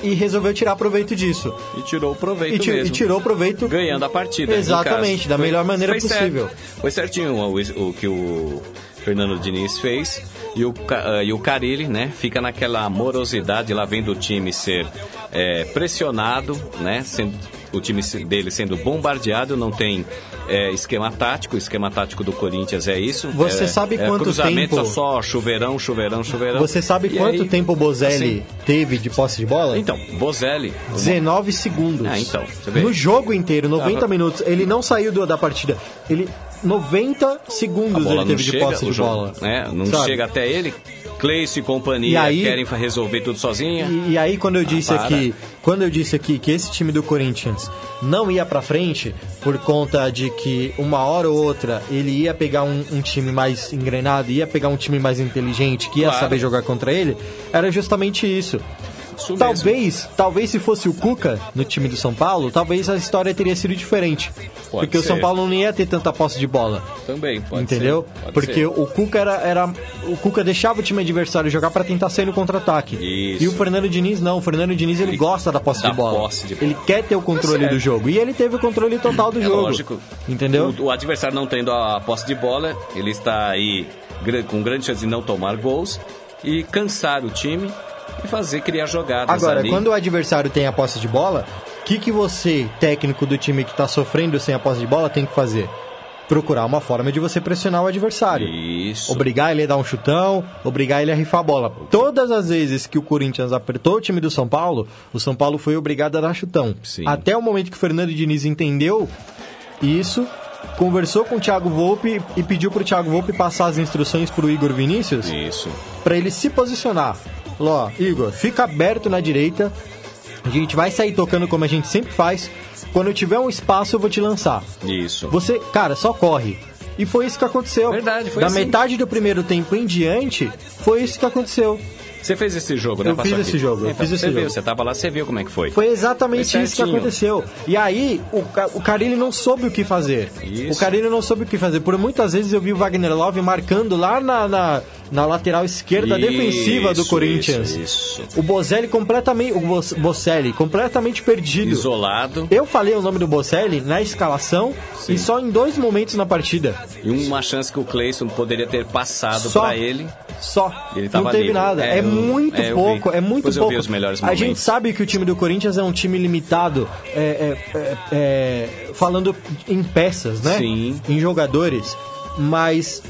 [SPEAKER 4] e resolveu tirar proveito disso.
[SPEAKER 5] e tirou o proveito
[SPEAKER 4] E, ti-
[SPEAKER 5] mesmo.
[SPEAKER 4] e tirou proveito.
[SPEAKER 5] ganhando a partida. no
[SPEAKER 4] Exatamente,
[SPEAKER 5] caso.
[SPEAKER 4] da
[SPEAKER 5] Foi-
[SPEAKER 4] melhor maneira
[SPEAKER 5] foi
[SPEAKER 4] possível.
[SPEAKER 5] certo. Foi certinho o, o que o Fernando Diniz fez. E o, Ca- ah, e o Carilli, né, fica naquela amorosidade lá vendo o time ser é, pressionado, né, sendo, o time se- dele sendo bombardeado, não tem é, esquema tático, o esquema tático do Corinthians é isso.
[SPEAKER 4] Você
[SPEAKER 5] é,
[SPEAKER 4] sabe
[SPEAKER 5] é
[SPEAKER 4] quanto
[SPEAKER 5] cruzamento,
[SPEAKER 4] tempo-
[SPEAKER 5] é só chuveirão, chuveirão, chuveirão.
[SPEAKER 4] Você sabe
[SPEAKER 5] E
[SPEAKER 4] quanto
[SPEAKER 5] aí,
[SPEAKER 4] tempo o Bozelli
[SPEAKER 5] assim,
[SPEAKER 4] teve de posse de bola?
[SPEAKER 5] então, Bozelli.
[SPEAKER 4] 19 segundos.
[SPEAKER 5] Ah, então, você vê.
[SPEAKER 4] No jogo inteiro, 90
[SPEAKER 5] Tava-
[SPEAKER 4] minutos. Ele não saiu do- da partida. Ele. 90
[SPEAKER 5] A
[SPEAKER 4] segundos
[SPEAKER 5] bola
[SPEAKER 4] ele
[SPEAKER 5] não
[SPEAKER 4] teve de
[SPEAKER 5] chega,
[SPEAKER 4] posse
[SPEAKER 5] o
[SPEAKER 4] de
[SPEAKER 5] jogo,
[SPEAKER 4] bola.
[SPEAKER 5] né, não
[SPEAKER 4] sabe?
[SPEAKER 5] chega até ele. Cleice e
[SPEAKER 4] E
[SPEAKER 5] companhia
[SPEAKER 4] aí-
[SPEAKER 5] querem resolver tudo sozinha.
[SPEAKER 4] E, e aí quando eu disse
[SPEAKER 5] para.
[SPEAKER 4] aqui, quando eu disse aqui que esse time do Corinthians não ia pra frente por conta de que uma hora ou outra ele ia pegar um, um time mais engrenado, ia pegar um time mais inteligente, que ia
[SPEAKER 5] Claro.
[SPEAKER 4] saber jogar contra ele, era justamente isso.
[SPEAKER 5] Isso mesmo.
[SPEAKER 4] Talvez, talvez se fosse o Cuca no time do São Paulo, talvez a história teria sido diferente.
[SPEAKER 5] Pode
[SPEAKER 4] porque o
[SPEAKER 5] ser.
[SPEAKER 4] São Paulo não ia ter tanta posse de bola.
[SPEAKER 5] Também, pode
[SPEAKER 4] entendeu?
[SPEAKER 5] ser, pode
[SPEAKER 4] porque
[SPEAKER 5] ser.
[SPEAKER 4] o Cuca era, era o Cuca deixava o time adversário jogar pra tentar sair no contra-ataque.
[SPEAKER 5] Isso.
[SPEAKER 4] E o Fernando Diniz não, o Fernando Diniz ele,
[SPEAKER 5] Ele
[SPEAKER 4] gosta da posse
[SPEAKER 5] dá
[SPEAKER 4] de bola.
[SPEAKER 5] posse de bola.
[SPEAKER 4] Ele quer ter o controle
[SPEAKER 5] certo.
[SPEAKER 4] do jogo e ele teve o controle total do
[SPEAKER 5] É
[SPEAKER 4] jogo.
[SPEAKER 5] lógico.
[SPEAKER 4] Entendeu?
[SPEAKER 5] O, o adversário não tendo a posse de bola, ele está aí gran- com grande chance de não tomar gols e cansar o time e fazer criar jogadas
[SPEAKER 4] Agora,
[SPEAKER 5] ali.
[SPEAKER 4] quando o adversário tem a posse de bola, o que, que você, técnico do time que está sofrendo sem a posse de bola, tem que fazer? Procurar uma forma de você pressionar o adversário.
[SPEAKER 5] Isso.
[SPEAKER 4] Obrigar ele a dar um chutão, obrigar ele a rifar a bola. Todas as vezes que o Corinthians apertou o time do São Paulo, o São Paulo foi obrigado a dar chutão.
[SPEAKER 5] Sim.
[SPEAKER 4] Até o momento que o Fernando Diniz entendeu isso, conversou com o Thiago Volpe e pediu pro Thiago Volpe passar as instruções pro Igor Vinícius
[SPEAKER 5] Isso.
[SPEAKER 4] pra ele se posicionar. Ó, Igor, fica aberto na direita. A gente vai sair tocando como a gente sempre faz. Quando eu tiver um espaço, eu vou te lançar.
[SPEAKER 5] Isso.
[SPEAKER 4] Você, cara, só corre. E foi isso que aconteceu.
[SPEAKER 5] Verdade, foi
[SPEAKER 4] Da
[SPEAKER 5] assim.
[SPEAKER 4] metade do primeiro tempo em diante, foi isso que aconteceu.
[SPEAKER 5] Você fez esse jogo, né?
[SPEAKER 4] Eu
[SPEAKER 5] Passou
[SPEAKER 4] fiz
[SPEAKER 5] aqui.
[SPEAKER 4] esse jogo, eu
[SPEAKER 5] Então,
[SPEAKER 4] fiz esse
[SPEAKER 5] você
[SPEAKER 4] jogo.
[SPEAKER 5] Viu, você tava lá, você viu como é que foi.
[SPEAKER 4] Foi exatamente
[SPEAKER 5] Foi
[SPEAKER 4] isso que
[SPEAKER 5] certinho.
[SPEAKER 4] aconteceu. E aí, o, Ca- o Carilli não soube o que fazer.
[SPEAKER 5] Isso.
[SPEAKER 4] O Carilli não soube o que fazer. Por muitas vezes eu vi o Wagner Love marcando lá na, na, na lateral esquerda defensiva do
[SPEAKER 5] Isso,
[SPEAKER 4] Corinthians.
[SPEAKER 5] Isso, isso.
[SPEAKER 4] O Bozelli completamente. O Bo- Bocelli completamente perdido.
[SPEAKER 5] Isolado.
[SPEAKER 4] Eu falei o nome do Bocelli na escalação
[SPEAKER 5] Sim.
[SPEAKER 4] e só em dois momentos na partida.
[SPEAKER 5] E uma chance que o Cleison poderia ter passado
[SPEAKER 4] Só.
[SPEAKER 5] pra ele.
[SPEAKER 4] Só.
[SPEAKER 5] Ele tava
[SPEAKER 4] não teve
[SPEAKER 5] livre.
[SPEAKER 4] nada.
[SPEAKER 5] É,
[SPEAKER 4] É,
[SPEAKER 5] eu-
[SPEAKER 4] muito
[SPEAKER 5] é, eu vi.
[SPEAKER 4] pouco. É muito
[SPEAKER 5] Depois eu
[SPEAKER 4] pouco.
[SPEAKER 5] vi os melhores
[SPEAKER 4] a
[SPEAKER 5] momentos.
[SPEAKER 4] gente sabe que o time do Corinthians é um time limitado. é, é, é, é, falando em peças, né?
[SPEAKER 5] Sim.
[SPEAKER 4] Em jogadores. Mas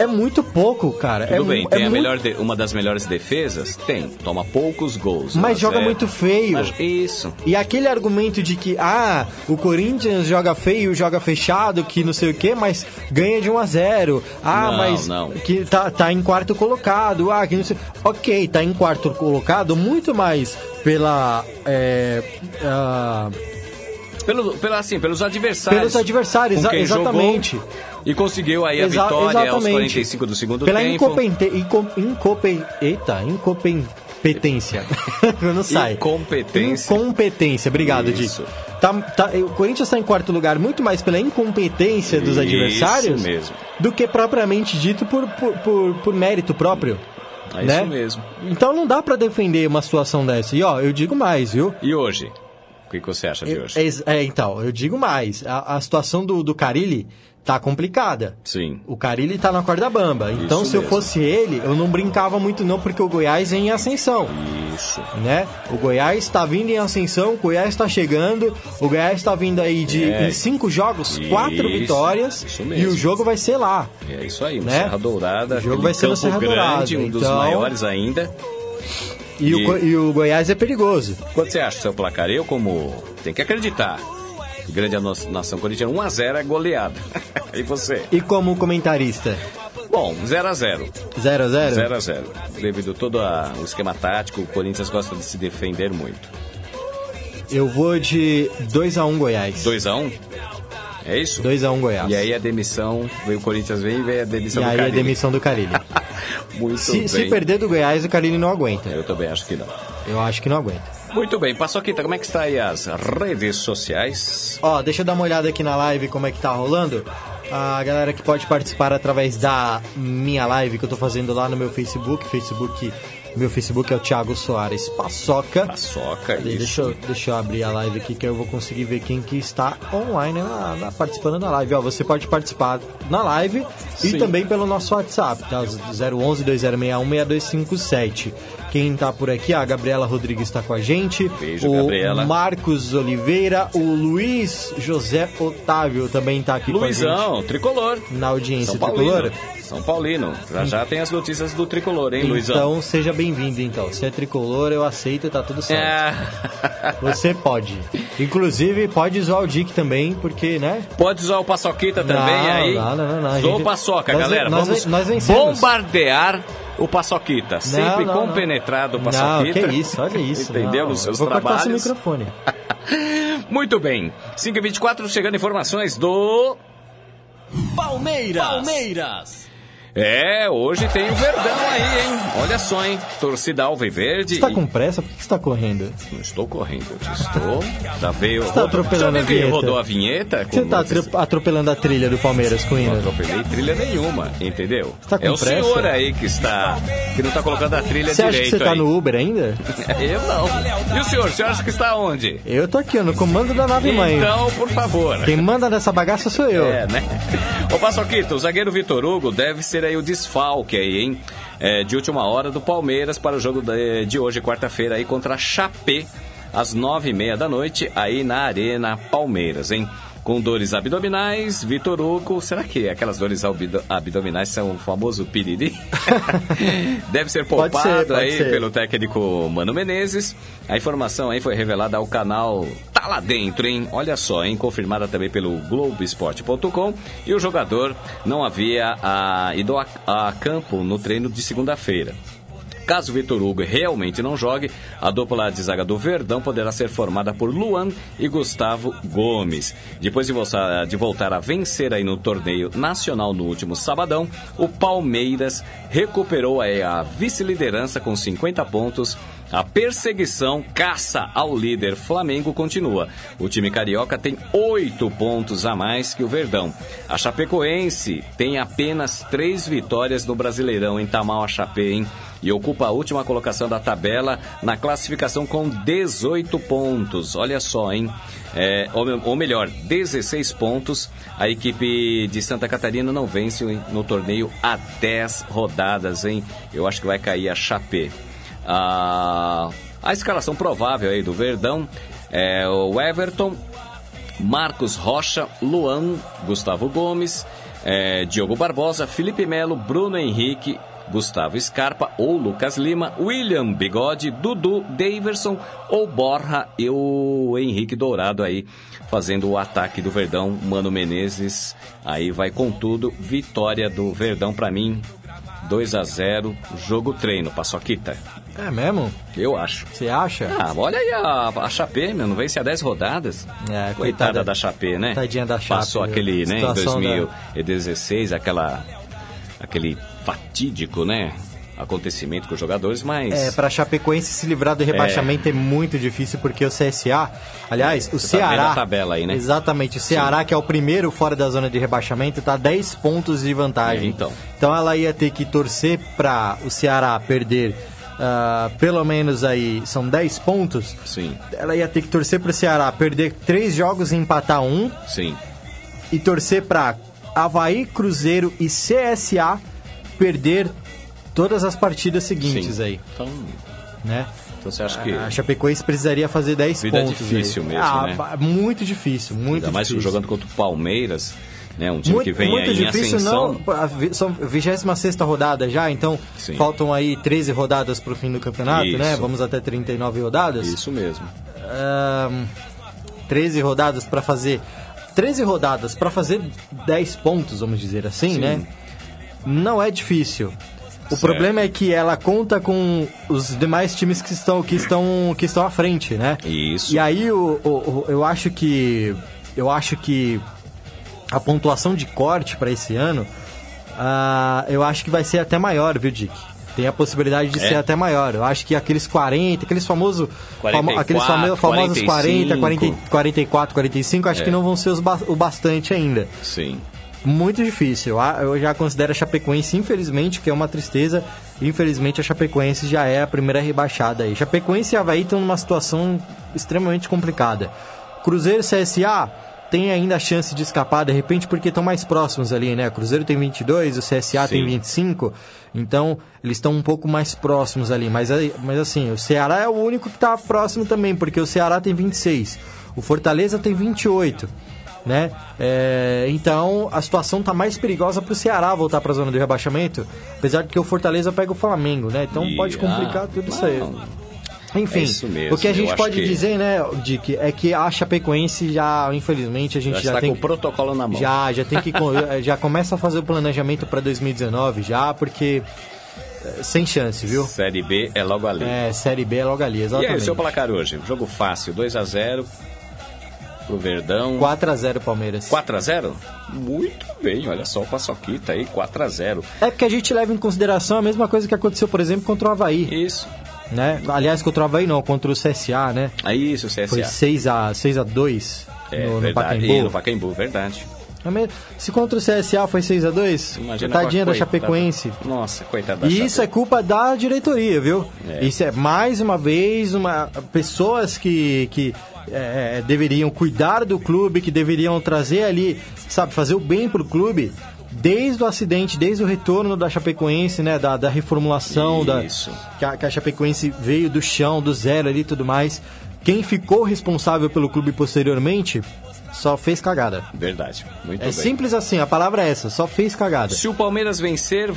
[SPEAKER 4] é muito pouco, cara. é,
[SPEAKER 5] Tudo bem,
[SPEAKER 4] mu- é
[SPEAKER 5] tem a
[SPEAKER 4] muito-
[SPEAKER 5] melhor de- uma das melhores defesas? Tem. Toma poucos gols.
[SPEAKER 4] Mas
[SPEAKER 5] um a
[SPEAKER 4] joga
[SPEAKER 5] zero.
[SPEAKER 4] muito feio.
[SPEAKER 5] Mas- isso.
[SPEAKER 4] E aquele argumento de que, ah, o Corinthians joga feio, joga fechado, que não sei o quê, mas ganha de 1 a 0 Ah,
[SPEAKER 5] Não,
[SPEAKER 4] mas
[SPEAKER 5] não.
[SPEAKER 4] que tá, tá em quarto colocado. Ah, que não sei. Ok, tá em quarto colocado muito mais pela. é, ah,
[SPEAKER 5] Pelo, pelo, assim, pelos adversários.
[SPEAKER 4] Pelos adversários,
[SPEAKER 5] com quem
[SPEAKER 4] exatamente.
[SPEAKER 5] jogou e conseguiu aí a
[SPEAKER 4] Exa-
[SPEAKER 5] vitória aos
[SPEAKER 4] exatamente.
[SPEAKER 5] 45 do segundo
[SPEAKER 4] Pela
[SPEAKER 5] tempo.
[SPEAKER 4] incompetência. Incom, incopen- eita, incompetência. *laughs* Não sai.
[SPEAKER 5] Incompetência.
[SPEAKER 4] Incompetência, obrigado, Di.
[SPEAKER 5] Isso.
[SPEAKER 4] Tá- tá- o Corinthians está em quarto lugar muito mais pela incompetência dos
[SPEAKER 5] Isso
[SPEAKER 4] adversários
[SPEAKER 5] mesmo.
[SPEAKER 4] do que propriamente dito por, por, por- por mérito próprio.
[SPEAKER 5] É
[SPEAKER 4] né?
[SPEAKER 5] isso mesmo.
[SPEAKER 4] Então não dá pra defender uma situação dessa. E ó, eu digo mais, viu?
[SPEAKER 5] E hoje? O que que você acha de hoje?
[SPEAKER 4] É, é, então, eu digo mais. A, a situação do, do Carilli tá complicada.
[SPEAKER 5] Sim.
[SPEAKER 4] O Carilli tá na corda bamba. Então,
[SPEAKER 5] Isso
[SPEAKER 4] se eu
[SPEAKER 5] mesmo.
[SPEAKER 4] fosse ele, eu não brincava muito não, porque o Goiás é em ascensão,
[SPEAKER 5] Isso.
[SPEAKER 4] né? O Goiás tá vindo em ascensão, o Goiás tá chegando, o Goiás tá vindo aí de
[SPEAKER 5] É.
[SPEAKER 4] em cinco jogos, quatro
[SPEAKER 5] Isso,
[SPEAKER 4] vitórias,
[SPEAKER 5] isso
[SPEAKER 4] e
[SPEAKER 5] mesmo.
[SPEAKER 4] o jogo vai ser lá.
[SPEAKER 5] É isso aí, no
[SPEAKER 4] Né?
[SPEAKER 5] Serra Dourada.
[SPEAKER 4] O jogo
[SPEAKER 5] aquele
[SPEAKER 4] vai ser no
[SPEAKER 5] campo
[SPEAKER 4] Serra
[SPEAKER 5] grande,
[SPEAKER 4] Dourada,
[SPEAKER 5] um dos
[SPEAKER 4] então-
[SPEAKER 5] maiores ainda.
[SPEAKER 4] E,
[SPEAKER 5] E-
[SPEAKER 4] O, Go- e o Goiás é perigoso.
[SPEAKER 5] Quanto você acha do seu placar? Eu, como tem que acreditar, grande a nossa nação corintiana, 1x0 é goleada. *laughs* e você?
[SPEAKER 4] E como comentarista?
[SPEAKER 5] Bom, 0x0.
[SPEAKER 4] 0 a 0
[SPEAKER 5] 0 a 0 Devido todo a- o esquema tático, o Corinthians gosta de se defender muito.
[SPEAKER 4] Eu vou de 2 a 1 Goiás.
[SPEAKER 5] 2x1? É isso?
[SPEAKER 4] 2 a 1 Goiás.
[SPEAKER 5] E aí a demissão, vem o Corinthians vem e vem a demissão
[SPEAKER 4] E
[SPEAKER 5] do
[SPEAKER 4] aí a
[SPEAKER 5] Carille.
[SPEAKER 4] demissão do Carilli.
[SPEAKER 5] *laughs* Muito bem.
[SPEAKER 4] se, se perder do Goiás, o Carilli não aguenta.
[SPEAKER 5] Eu também acho que não.
[SPEAKER 4] Eu acho que não aguenta.
[SPEAKER 5] Muito bem, Paçoquita, como é que está aí as redes sociais?
[SPEAKER 4] Ó, deixa eu dar uma olhada aqui na live como é que tá rolando. A galera que pode participar através da minha live que eu tô fazendo lá no meu Facebook, Facebook, meu Facebook é o Thiago Soares Paçoca.
[SPEAKER 5] Paçoca,
[SPEAKER 4] E Deixa
[SPEAKER 5] isso.
[SPEAKER 4] eu, deixa eu abrir a live aqui que eu vou conseguir ver quem que está online né, na, na- participando da live. Ó, você pode participar na live e também pelo nosso WhatsApp, tá? 011 2061 6257. Quem tá por aqui, ó, a Gabriela Rodrigues está com a gente.
[SPEAKER 5] Beijo,
[SPEAKER 4] o
[SPEAKER 5] Gabriela.
[SPEAKER 4] Marcos Oliveira, o Luiz José Otávio também tá aqui com a gente
[SPEAKER 5] Luizão, tricolor.
[SPEAKER 4] na audiência
[SPEAKER 5] São Paulino.
[SPEAKER 4] tricolor.
[SPEAKER 5] São Paulino. Já já tem as notícias do tricolor, hein, Luizão?
[SPEAKER 4] Então seja bem-vindo então. Se é tricolor, eu aceito, tá tudo certo.
[SPEAKER 5] É. *laughs*
[SPEAKER 4] Você pode. Inclusive, pode zoar o Dick também, porque, né?
[SPEAKER 5] Pode usar o Paçoquita também
[SPEAKER 4] Não,
[SPEAKER 5] aí.
[SPEAKER 4] não, não, não, não, a
[SPEAKER 5] Sou
[SPEAKER 4] gente-
[SPEAKER 5] o Paçoca,
[SPEAKER 4] nós-
[SPEAKER 5] galera.
[SPEAKER 4] nós-
[SPEAKER 5] Vamos
[SPEAKER 4] nós vencemos.
[SPEAKER 5] bombardear o Paçoquita. Sempre
[SPEAKER 4] não, não.
[SPEAKER 5] compenetrado o
[SPEAKER 4] Não,
[SPEAKER 5] Paçoquita.
[SPEAKER 4] que isso, olha isso.
[SPEAKER 5] *laughs* Entendeu?
[SPEAKER 4] não.
[SPEAKER 5] Nos seus
[SPEAKER 4] Vou cortar seu
[SPEAKER 5] trabalhos.
[SPEAKER 4] microfone.
[SPEAKER 5] Muito bem. 5h24, chegando informações do...
[SPEAKER 2] Palmeiras. Palmeiras.
[SPEAKER 5] É, hoje tem o Verdão aí, hein? Olha só, hein? Torcida Alviverde.
[SPEAKER 4] Você tá
[SPEAKER 5] e-
[SPEAKER 4] com pressa? Por que você tá correndo?
[SPEAKER 5] Não estou correndo, eu estou... Já veio...
[SPEAKER 4] Você tá atropelando
[SPEAKER 5] Já
[SPEAKER 4] a
[SPEAKER 5] viu que
[SPEAKER 4] vinheta.
[SPEAKER 5] rodou a vinheta?
[SPEAKER 4] Você
[SPEAKER 5] com
[SPEAKER 4] tá
[SPEAKER 5] notícia?
[SPEAKER 4] atro- atropelando a trilha do Palmeiras com o
[SPEAKER 5] Não
[SPEAKER 4] hino?
[SPEAKER 5] atropelei trilha nenhuma, entendeu?
[SPEAKER 4] tá com
[SPEAKER 5] é o
[SPEAKER 4] pressa?
[SPEAKER 5] senhor aí que está. que não está colocando a trilha
[SPEAKER 4] Você acha que
[SPEAKER 5] direito
[SPEAKER 4] você tá
[SPEAKER 5] aí.
[SPEAKER 4] no Uber ainda?
[SPEAKER 5] *laughs* Eu não. E o senhor, o senhor acha que está onde?
[SPEAKER 4] Eu tô aqui, ó, no comando da nave mãe.
[SPEAKER 5] Então, por favor.
[SPEAKER 4] Quem manda nessa bagaça sou eu.
[SPEAKER 5] É, né? Ô, Paçoquito, o zagueiro Vitor Hugo deve ser aí o desfalque aí, hein? É, de última hora do Palmeiras para o jogo de, de hoje, quarta-feira, aí contra a Chapé, às nove e meia da noite, aí na Arena Palmeiras, hein? Com dores abdominais, Vitor Hugo, será que aquelas dores albido- abdominais são o famoso piriri? *laughs* deve ser
[SPEAKER 4] Pode
[SPEAKER 5] poupado
[SPEAKER 4] ser, pode
[SPEAKER 5] aí
[SPEAKER 4] ser.
[SPEAKER 5] pelo técnico Mano Menezes. A informação aí foi revelada ao canal Tá Lá Dentro, hein? Olha só, hein? Confirmada também pelo Globoesporte.com. E o jogador não havia ah, ido a, a campo no treino de segunda-feira. Caso o Vitor Hugo realmente não jogue, a dupla de zaga do Verdão poderá ser formada por Luan e Gustavo Gomes. Depois de voltar, ah, de voltar a vencer aí no torneio nacional no último sabadão, o Palmeiras recuperou aí a vice-liderança com 50 pontos. A perseguição caça ao líder Flamengo continua. O time carioca tem oito pontos a mais que o Verdão. A Chapecoense tem apenas três vitórias no Brasileirão em Tamal a Chapé, hein? E ocupa a última colocação da tabela na classificação com 18 pontos. Olha só, hein? É, ou, me- ou melhor, 16 pontos. A equipe de Santa Catarina não vence no torneio há 10 rodadas, hein? Eu acho que vai cair a Chapé. A, a escalação provável aí do Verdão é o Everton, Marcos Rocha, Luan, Gustavo Gomes, é, Diogo Barbosa, Felipe Melo, Bruno Henrique, Gustavo Scarpa ou Lucas Lima, William Bigode, Dudu, Daverson ou Borra e o Henrique Dourado aí fazendo o ataque do Verdão. Mano Menezes aí vai com tudo. Vitória do Verdão pra mim. 2 a 0 jogo treino, Paçoquita.
[SPEAKER 4] É mesmo?
[SPEAKER 5] Eu acho.
[SPEAKER 4] Você acha?
[SPEAKER 5] Ah, olha aí a, a Chapé, meu, não vence há 10 rodadas.
[SPEAKER 4] É,
[SPEAKER 5] coitada,
[SPEAKER 4] coitada
[SPEAKER 5] da Chapé, né?
[SPEAKER 4] Tadinha da Chape,
[SPEAKER 5] Passou
[SPEAKER 4] viu?
[SPEAKER 5] aquele, né, em
[SPEAKER 4] Situação
[SPEAKER 5] 2016, aquela aquele fatídico, né, acontecimento com os jogadores, mas
[SPEAKER 4] É, pra Chapecoense se livrar do rebaixamento é, muito difícil, porque o CSA, aliás, o
[SPEAKER 5] Você tá
[SPEAKER 4] Ceará.
[SPEAKER 5] vendo a tabela aí, né?
[SPEAKER 4] Exatamente, o Ceará, que é o primeiro fora da zona de rebaixamento, tá 10 pontos de vantagem.
[SPEAKER 5] É, então.
[SPEAKER 4] Então ela ia ter que torcer pra o Ceará perder. ah, pelo menos aí são 10 pontos.
[SPEAKER 5] Sim.
[SPEAKER 4] Ela ia ter que torcer pro Ceará perder 3 jogos e empatar um
[SPEAKER 5] sim.
[SPEAKER 4] e torcer pra Havaí, Cruzeiro e CSA perder todas as partidas seguintes
[SPEAKER 5] sim.
[SPEAKER 4] aí,
[SPEAKER 5] Então,
[SPEAKER 4] né?
[SPEAKER 5] então você acha que
[SPEAKER 4] A Chapecoense precisaria fazer 10
[SPEAKER 5] Vida
[SPEAKER 4] pontos.
[SPEAKER 5] difícil
[SPEAKER 4] aí.
[SPEAKER 5] mesmo,
[SPEAKER 4] ah,
[SPEAKER 5] né?
[SPEAKER 4] pa- Muito difícil, muito
[SPEAKER 5] ainda mais
[SPEAKER 4] difícil.
[SPEAKER 5] jogando contra o Palmeiras, né, um time
[SPEAKER 4] muito,
[SPEAKER 5] que vem
[SPEAKER 4] muito
[SPEAKER 5] aí em
[SPEAKER 4] difícil,
[SPEAKER 5] ascensão.
[SPEAKER 4] não. A vi- São 26 rodada já, então
[SPEAKER 5] Sim.
[SPEAKER 4] faltam aí 13 rodadas pro fim do campeonato, né?
[SPEAKER 5] Isso.
[SPEAKER 4] Vamos até 39 rodadas.
[SPEAKER 5] Isso mesmo.
[SPEAKER 4] Ahn, 13 rodadas pra fazer 13 rodadas pra fazer 10 pontos, vamos dizer assim, né? Não é difícil. O
[SPEAKER 5] Certo.
[SPEAKER 4] problema é que ela conta com os demais times que estão que estão que estão à frente, né?
[SPEAKER 5] Isso.
[SPEAKER 4] E aí o, o- o- eu acho que eu acho que a pontuação de corte pra esse ano, ah, eu acho que vai ser até maior, viu, Dick? Tem a possibilidade de
[SPEAKER 5] É?
[SPEAKER 4] ser até maior. Eu acho que aqueles 40, aqueles famosos
[SPEAKER 5] 44,
[SPEAKER 4] aqueles famo- famosos 40, 40,
[SPEAKER 5] 45.
[SPEAKER 4] 44, 45, acho
[SPEAKER 5] É.
[SPEAKER 4] que não vão ser os ba- o bastante ainda.
[SPEAKER 5] Sim.
[SPEAKER 4] Muito difícil. Ah, Eu já considero a Chapecoense, infelizmente, que é uma tristeza. Infelizmente, a Chapecoense já é a primeira rebaixada aí. Chapecoense e Havaí estão numa situação extremamente complicada. Cruzeiro e CSA tem ainda a chance de escapar, de repente, porque estão mais próximos ali, né? Cruzeiro tem 22, o CSA tem
[SPEAKER 5] Sim.
[SPEAKER 4] 25, então eles estão um pouco mais próximos ali. Mas, aí- mas assim, o Ceará é o único que está próximo também, porque o Ceará tem 26, o Fortaleza tem 28, né? É, então a situação tá mais perigosa para o Ceará voltar para a zona do rebaixamento, apesar de que o Fortaleza pega o Flamengo, né? Então
[SPEAKER 5] E-
[SPEAKER 4] pode complicar
[SPEAKER 5] ah,
[SPEAKER 4] tudo isso aí.
[SPEAKER 5] não.
[SPEAKER 4] Enfim,
[SPEAKER 5] É isso mesmo,
[SPEAKER 4] o que a
[SPEAKER 5] eu
[SPEAKER 4] gente
[SPEAKER 5] acho
[SPEAKER 4] pode
[SPEAKER 5] que-
[SPEAKER 4] dizer, né, Dick, é que a Chapecoense já, infelizmente, a gente
[SPEAKER 5] Já,
[SPEAKER 4] já,
[SPEAKER 5] está
[SPEAKER 4] tem
[SPEAKER 5] com o protocolo na mão.
[SPEAKER 4] já, já tem que
[SPEAKER 5] *laughs*
[SPEAKER 4] co- eh, já começa a fazer o planejamento pra 2019 já, porque eh, sem chance, viu?
[SPEAKER 5] Série B é logo ali.
[SPEAKER 4] É, série B é logo ali,
[SPEAKER 5] E
[SPEAKER 4] exatamente.
[SPEAKER 5] aí, o seu placar hoje? Jogo fácil, 2x0 pro Verdão.
[SPEAKER 4] 4 a 0 Palmeiras.
[SPEAKER 5] 4x0? Muito bem, olha só o Paçoquita aí, 4x0.
[SPEAKER 4] É porque a gente leva em consideração a mesma coisa que aconteceu, por exemplo, contra o Havaí,
[SPEAKER 5] Isso.
[SPEAKER 4] né? Aliás, contra o Havaí não, contra o CSA, né?
[SPEAKER 5] Aí, É isso, CSA.
[SPEAKER 4] Foi 6 a 6 a 2
[SPEAKER 5] É,
[SPEAKER 4] no, no
[SPEAKER 5] verdade.
[SPEAKER 4] Pacaembu.
[SPEAKER 5] E no Pacaembu, verdade.
[SPEAKER 4] É mesmo- Se contra o CSA foi 6 a 2,
[SPEAKER 5] Imagina com
[SPEAKER 4] tadinha
[SPEAKER 5] tá a
[SPEAKER 4] da
[SPEAKER 5] coitada-
[SPEAKER 4] Chapecoense.
[SPEAKER 5] Nossa, coitada da
[SPEAKER 4] E isso é culpa da diretoria, viu?
[SPEAKER 5] É.
[SPEAKER 4] Isso é mais uma vez uma pessoas que, que é, deveriam cuidar do clube, que deveriam trazer ali, sabe, fazer o bem pro clube. Desde o acidente, desde o retorno da Chapecoense, né? Da, da reformulação, da,
[SPEAKER 5] Isso.
[SPEAKER 4] que, a, que a Chapecoense veio do chão, do zero ali e tudo mais. Quem ficou responsável pelo clube posteriormente só fez cagada.
[SPEAKER 5] Verdade. Muito
[SPEAKER 4] É
[SPEAKER 5] bem.
[SPEAKER 4] simples assim, a palavra é essa, só fez cagada.
[SPEAKER 5] Se o Palmeiras vencer,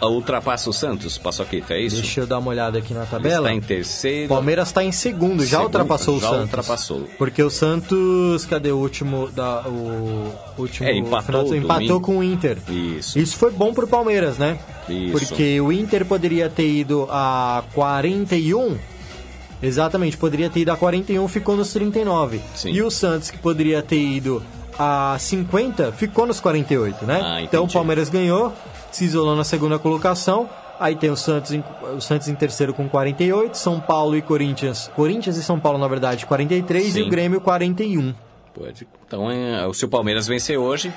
[SPEAKER 5] Ah, ultrapassa o Santos, Paçoquita, é isso?
[SPEAKER 4] Deixa eu dar uma olhada aqui na
[SPEAKER 5] Ele
[SPEAKER 4] tabela.
[SPEAKER 5] está tá em terceiro.
[SPEAKER 4] Palmeiras está em segundo, já
[SPEAKER 5] Segundo,
[SPEAKER 4] ultrapassou
[SPEAKER 5] já
[SPEAKER 4] o Santos.
[SPEAKER 5] ultrapassou.
[SPEAKER 4] Porque o Santos, cadê o último da o último
[SPEAKER 5] É, empatou
[SPEAKER 4] final-
[SPEAKER 5] domingo.
[SPEAKER 4] empatou com o Inter.
[SPEAKER 5] Isso.
[SPEAKER 4] Isso foi bom pro Palmeiras, né?
[SPEAKER 5] Isso.
[SPEAKER 4] Porque o Inter poderia ter ido a 41. Exatamente, poderia ter ido a 41, ficou nos 39.
[SPEAKER 5] Sim.
[SPEAKER 4] E o Santos que poderia ter ido a 50, ficou nos 48, né?
[SPEAKER 5] Ah,
[SPEAKER 4] então o
[SPEAKER 5] entendi.
[SPEAKER 4] Palmeiras ganhou, se isolou na segunda colocação. Aí tem o Santos, em, o Santos em terceiro com 48, São Paulo e Corinthians. Corinthians e São Paulo, na verdade, 43 e um.
[SPEAKER 5] Sim.
[SPEAKER 4] o Grêmio 41.
[SPEAKER 5] Pode. Então, é, se o Palmeiras vencer hoje,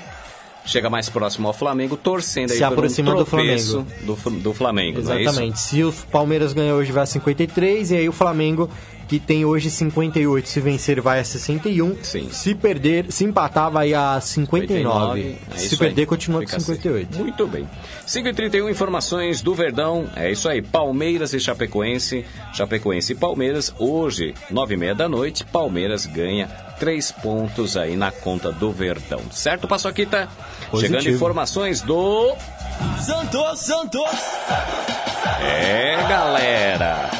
[SPEAKER 5] chega mais próximo ao Flamengo, torcendo aí
[SPEAKER 4] Se
[SPEAKER 5] por
[SPEAKER 4] aproxima
[SPEAKER 5] um
[SPEAKER 4] do
[SPEAKER 5] tropeço do Fl- do Flamengo, não é isso?
[SPEAKER 4] Exatamente. Se o Palmeiras ganhar hoje vai a 53 e aí o Flamengo que tem hoje 58, se vencer vai a 61.
[SPEAKER 5] Sim.
[SPEAKER 4] Se perder, se empatar vai a 59.
[SPEAKER 5] É
[SPEAKER 4] se
[SPEAKER 5] isso
[SPEAKER 4] perder
[SPEAKER 5] aí.
[SPEAKER 4] continua
[SPEAKER 5] Fica
[SPEAKER 4] com 58.
[SPEAKER 5] assim. Muito bem. 5h31, informações do Verdão. É isso aí. Palmeiras e Chapecoense. Chapecoense e Palmeiras. Hoje, 9h30 da noite, Palmeiras ganha três pontos aí na conta do Verdão. Certo, Paçoquita?
[SPEAKER 4] Positivo.
[SPEAKER 5] Chegando informações do...
[SPEAKER 7] Santos, Santos.
[SPEAKER 5] É, galera.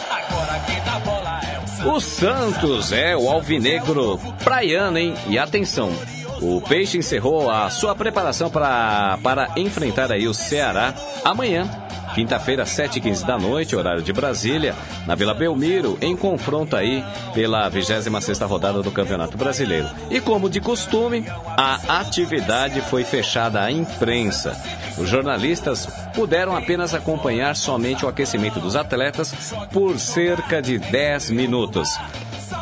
[SPEAKER 5] O Santos é o alvinegro praiano, hein? E atenção, o Peixe encerrou a sua preparação pra, para enfrentar aí o Ceará amanhã Quinta-feira, 7h15 da noite, horário de Brasília, na Vila Belmiro, em confronto aí pela 26ª rodada do Campeonato Brasileiro. E como de costume, a atividade foi fechada à imprensa. Os jornalistas puderam apenas acompanhar somente o aquecimento dos atletas por cerca de 10 minutos.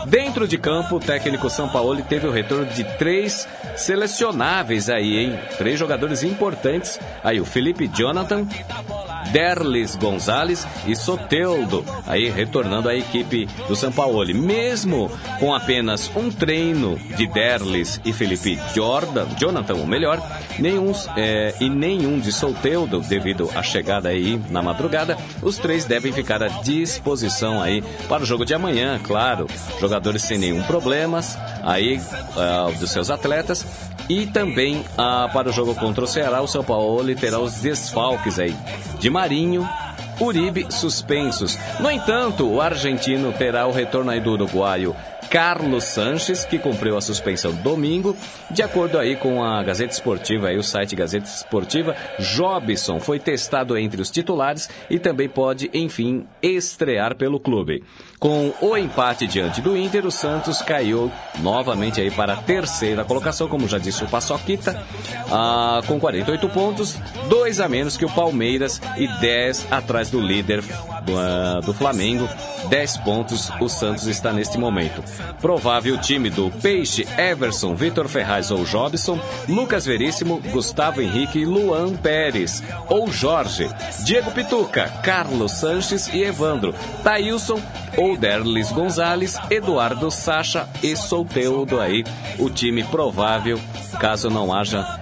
[SPEAKER 5] Dentro de campo, o técnico São Paulo teve o retorno de três selecionáveis aí, hein? Três jogadores importantes. Aí o Felipe Jonathan, Derlis Gonzalez e Soteudo, aí retornando à equipe do São Paulo. Mesmo com apenas um treino de Derlis e Felipe Jordan, Jonathan, ou melhor, nenhum, é, e nenhum de Soteudo, devido à chegada aí na madrugada, os três devem ficar à disposição aí para o jogo de amanhã, claro jogadores sem nenhum problemas aí uh, dos seus atletas e também uh, para o jogo contra o Ceará o São Paulo terá os desfalques aí de Marinho Uribe suspensos. No entanto, o argentino terá o retorno aí do uruguaio Carlos Sanches, que cumpriu a suspensão domingo. De acordo aí com a Gazeta Esportiva, aí o site Gazeta Esportiva, Jobson foi testado entre os titulares e também pode, enfim, estrear pelo clube. Com o empate diante do Inter, o Santos caiu novamente aí para a terceira colocação, como já disse o Paçoquita, ah, com 48 pontos, dois a menos que o Palmeiras e 10 atrás do líder ah, do, do Flamengo. 10 pontos o Santos está neste momento. Provável time do Peixe, Everson, Vitor Ferraz ou Jobson, Lucas Veríssimo, Gustavo Henrique, Luan Pérez ou Jorge, Diego Pituca, Carlos Sanches e Evandro, Tailson ou Derlis Gonzalez, Eduardo Sacha e Solteudo aí. O time provável, caso não haja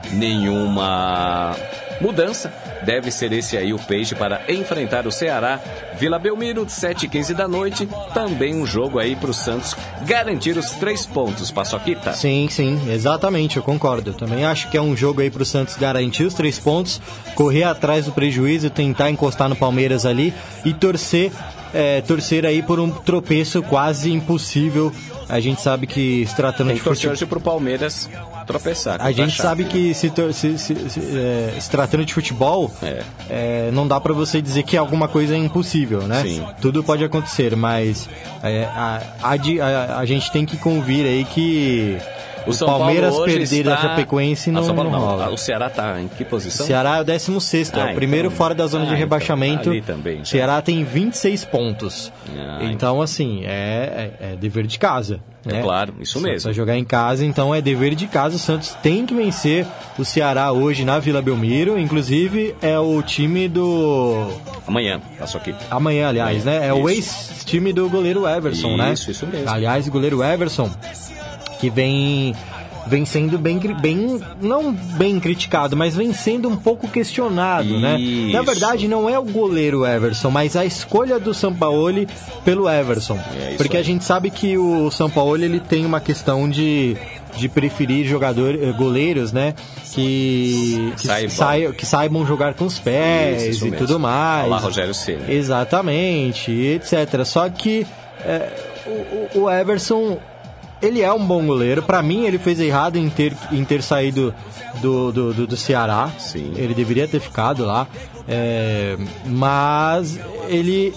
[SPEAKER 5] nenhuma mudança. Deve ser esse aí o peixe para enfrentar o Ceará. Vila Belmiro, 7 e 15 da noite. Também um jogo aí para o Santos garantir os três pontos. Paçoquita.
[SPEAKER 4] Sim, sim, exatamente, eu concordo. Também acho que é um jogo aí para o Santos garantir os três pontos, correr atrás do prejuízo, tentar encostar no Palmeiras ali e torcer é, torcer aí por um tropeço quase impossível. A gente sabe que se tratando
[SPEAKER 5] Tem
[SPEAKER 4] de
[SPEAKER 5] que torcer
[SPEAKER 4] futebol.
[SPEAKER 5] hoje pro Palmeiras tropeçar.
[SPEAKER 4] A gente
[SPEAKER 5] achar.
[SPEAKER 4] sabe que se, tor- se- se- se, é, se tratando de futebol,
[SPEAKER 5] É.
[SPEAKER 4] é, não dá pra você dizer que alguma coisa é impossível, né?
[SPEAKER 5] Sim.
[SPEAKER 4] Tudo pode acontecer, mas é, a, a de- a- a gente tem que convir aí que
[SPEAKER 5] O São
[SPEAKER 4] Palmeiras
[SPEAKER 5] Paulo hoje
[SPEAKER 4] perder
[SPEAKER 5] está...
[SPEAKER 4] a Chapecoense
[SPEAKER 5] Ah,
[SPEAKER 4] não,
[SPEAKER 5] São Paulo
[SPEAKER 4] não
[SPEAKER 5] não.
[SPEAKER 4] rola.
[SPEAKER 5] Ah, O Ceará tá em que posição?
[SPEAKER 4] Ceará é o 16,
[SPEAKER 5] Ah,
[SPEAKER 4] é o primeiro
[SPEAKER 5] então-
[SPEAKER 4] fora da zona
[SPEAKER 5] Ah,
[SPEAKER 4] de
[SPEAKER 5] então,
[SPEAKER 4] rebaixamento.
[SPEAKER 5] ali também, então.
[SPEAKER 4] Ceará tem 26 pontos.
[SPEAKER 5] Ah,
[SPEAKER 4] então, assim, é, é- é dever de casa.
[SPEAKER 5] É
[SPEAKER 4] né?
[SPEAKER 5] claro, isso
[SPEAKER 4] Santos
[SPEAKER 5] mesmo.
[SPEAKER 4] Vai jogar em casa, então é dever de casa. O Santos tem que vencer o Ceará hoje na Vila Belmiro. Inclusive, é o time do.
[SPEAKER 5] Amanhã, Paçoquita.
[SPEAKER 4] Amanhã, aliás, né? É o
[SPEAKER 5] Isso.
[SPEAKER 4] ex-time do goleiro Everson, né?
[SPEAKER 5] Isso, isso mesmo.
[SPEAKER 4] Aliás, o goleiro Everson, que vem, vem sendo bem, cri- bem. Não bem criticado, mas vem sendo um pouco questionado, né? Na
[SPEAKER 5] Isso.
[SPEAKER 4] verdade, não é o goleiro Everson, mas a escolha do Sampaoli pelo Everson.
[SPEAKER 5] É isso
[SPEAKER 4] Porque a
[SPEAKER 5] aí.
[SPEAKER 4] gente sabe que o Sampaoli ele tem uma questão de. De preferir jogador, eh, goleiros, né? Que, que,
[SPEAKER 5] Saibam.
[SPEAKER 4] saibam. que saibam jogar com os pés
[SPEAKER 5] Isso, isso
[SPEAKER 4] e
[SPEAKER 5] mesmo.
[SPEAKER 4] tudo mais.
[SPEAKER 5] Olha lá, Rogério Ceni.
[SPEAKER 4] Exatamente, etc. Só que é, o, o- o Everson, ele é um bom goleiro. Pra mim, ele fez errado em ter, em ter saído do, do, do, do Ceará.
[SPEAKER 5] Sim.
[SPEAKER 4] Ele deveria ter ficado lá. É, mas ele.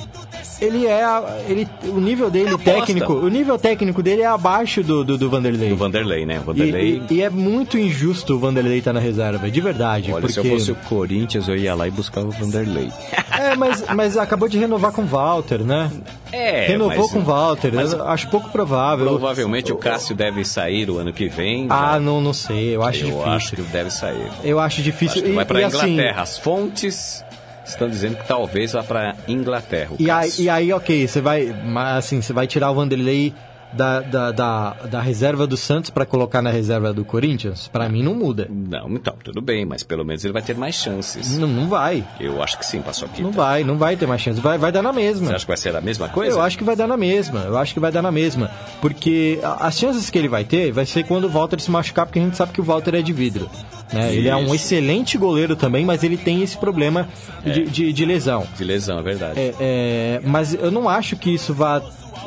[SPEAKER 4] Ele é. a- Ele, o nível
[SPEAKER 5] É
[SPEAKER 4] dele
[SPEAKER 5] aposta.
[SPEAKER 4] técnico. O nível técnico dele é abaixo do, do, do Vanderlei.
[SPEAKER 5] O Vanderlei, né? O
[SPEAKER 4] E,
[SPEAKER 5] Vanderlei.
[SPEAKER 4] e- e é muito injusto o Vanderlei estar na reserva, de verdade.
[SPEAKER 5] Olha,
[SPEAKER 4] porque...
[SPEAKER 5] se eu fosse o Corinthians, eu ia lá e buscava o Vanderlei. *laughs*
[SPEAKER 4] É, mas, mas acabou de renovar com o Walter, né?
[SPEAKER 5] É,
[SPEAKER 4] Renovou
[SPEAKER 5] mas-
[SPEAKER 4] com o Walter,
[SPEAKER 5] mas-
[SPEAKER 4] eu acho pouco provável.
[SPEAKER 5] Provavelmente o Cássio deve sair o ano que vem.
[SPEAKER 4] Ah,
[SPEAKER 5] né?
[SPEAKER 4] não, não sei, eu acho
[SPEAKER 5] eu
[SPEAKER 4] difícil.
[SPEAKER 5] acho que deve sair.
[SPEAKER 4] Eu acho
[SPEAKER 5] Acho
[SPEAKER 4] difícil.
[SPEAKER 5] que
[SPEAKER 4] e,
[SPEAKER 5] vai
[SPEAKER 4] e
[SPEAKER 5] para
[SPEAKER 4] assim,
[SPEAKER 5] Inglaterra. As fontes estão dizendo que talvez vá para Inglaterra. o
[SPEAKER 4] E aí,
[SPEAKER 5] Cássio.
[SPEAKER 4] e aí, ok, você vai. Mas assim, você vai tirar o Vanderlei da, da, da, da reserva do Santos pra colocar na reserva do Corinthians? Pra mim não muda.
[SPEAKER 5] Não, então, tudo bem, mas pelo menos ele vai ter mais chances.
[SPEAKER 4] Não, não vai.
[SPEAKER 5] Eu acho que sim, passou aqui.
[SPEAKER 4] Não vai, não vai ter mais chance. Vai, vai dar na mesma.
[SPEAKER 5] Você acha que vai ser a mesma coisa?
[SPEAKER 4] Eu acho que vai dar na mesma. Eu acho que vai dar na mesma. Porque a- as chances que ele vai ter vai ser quando o Walter se machucar, porque a gente sabe que o Walter é de vidro. né? Ele é um
[SPEAKER 5] Isso. É.
[SPEAKER 4] excelente goleiro também, mas ele tem esse problema de, de- de lesão.
[SPEAKER 5] De lesão, é verdade.
[SPEAKER 4] É, é, mas eu não acho que isso vá,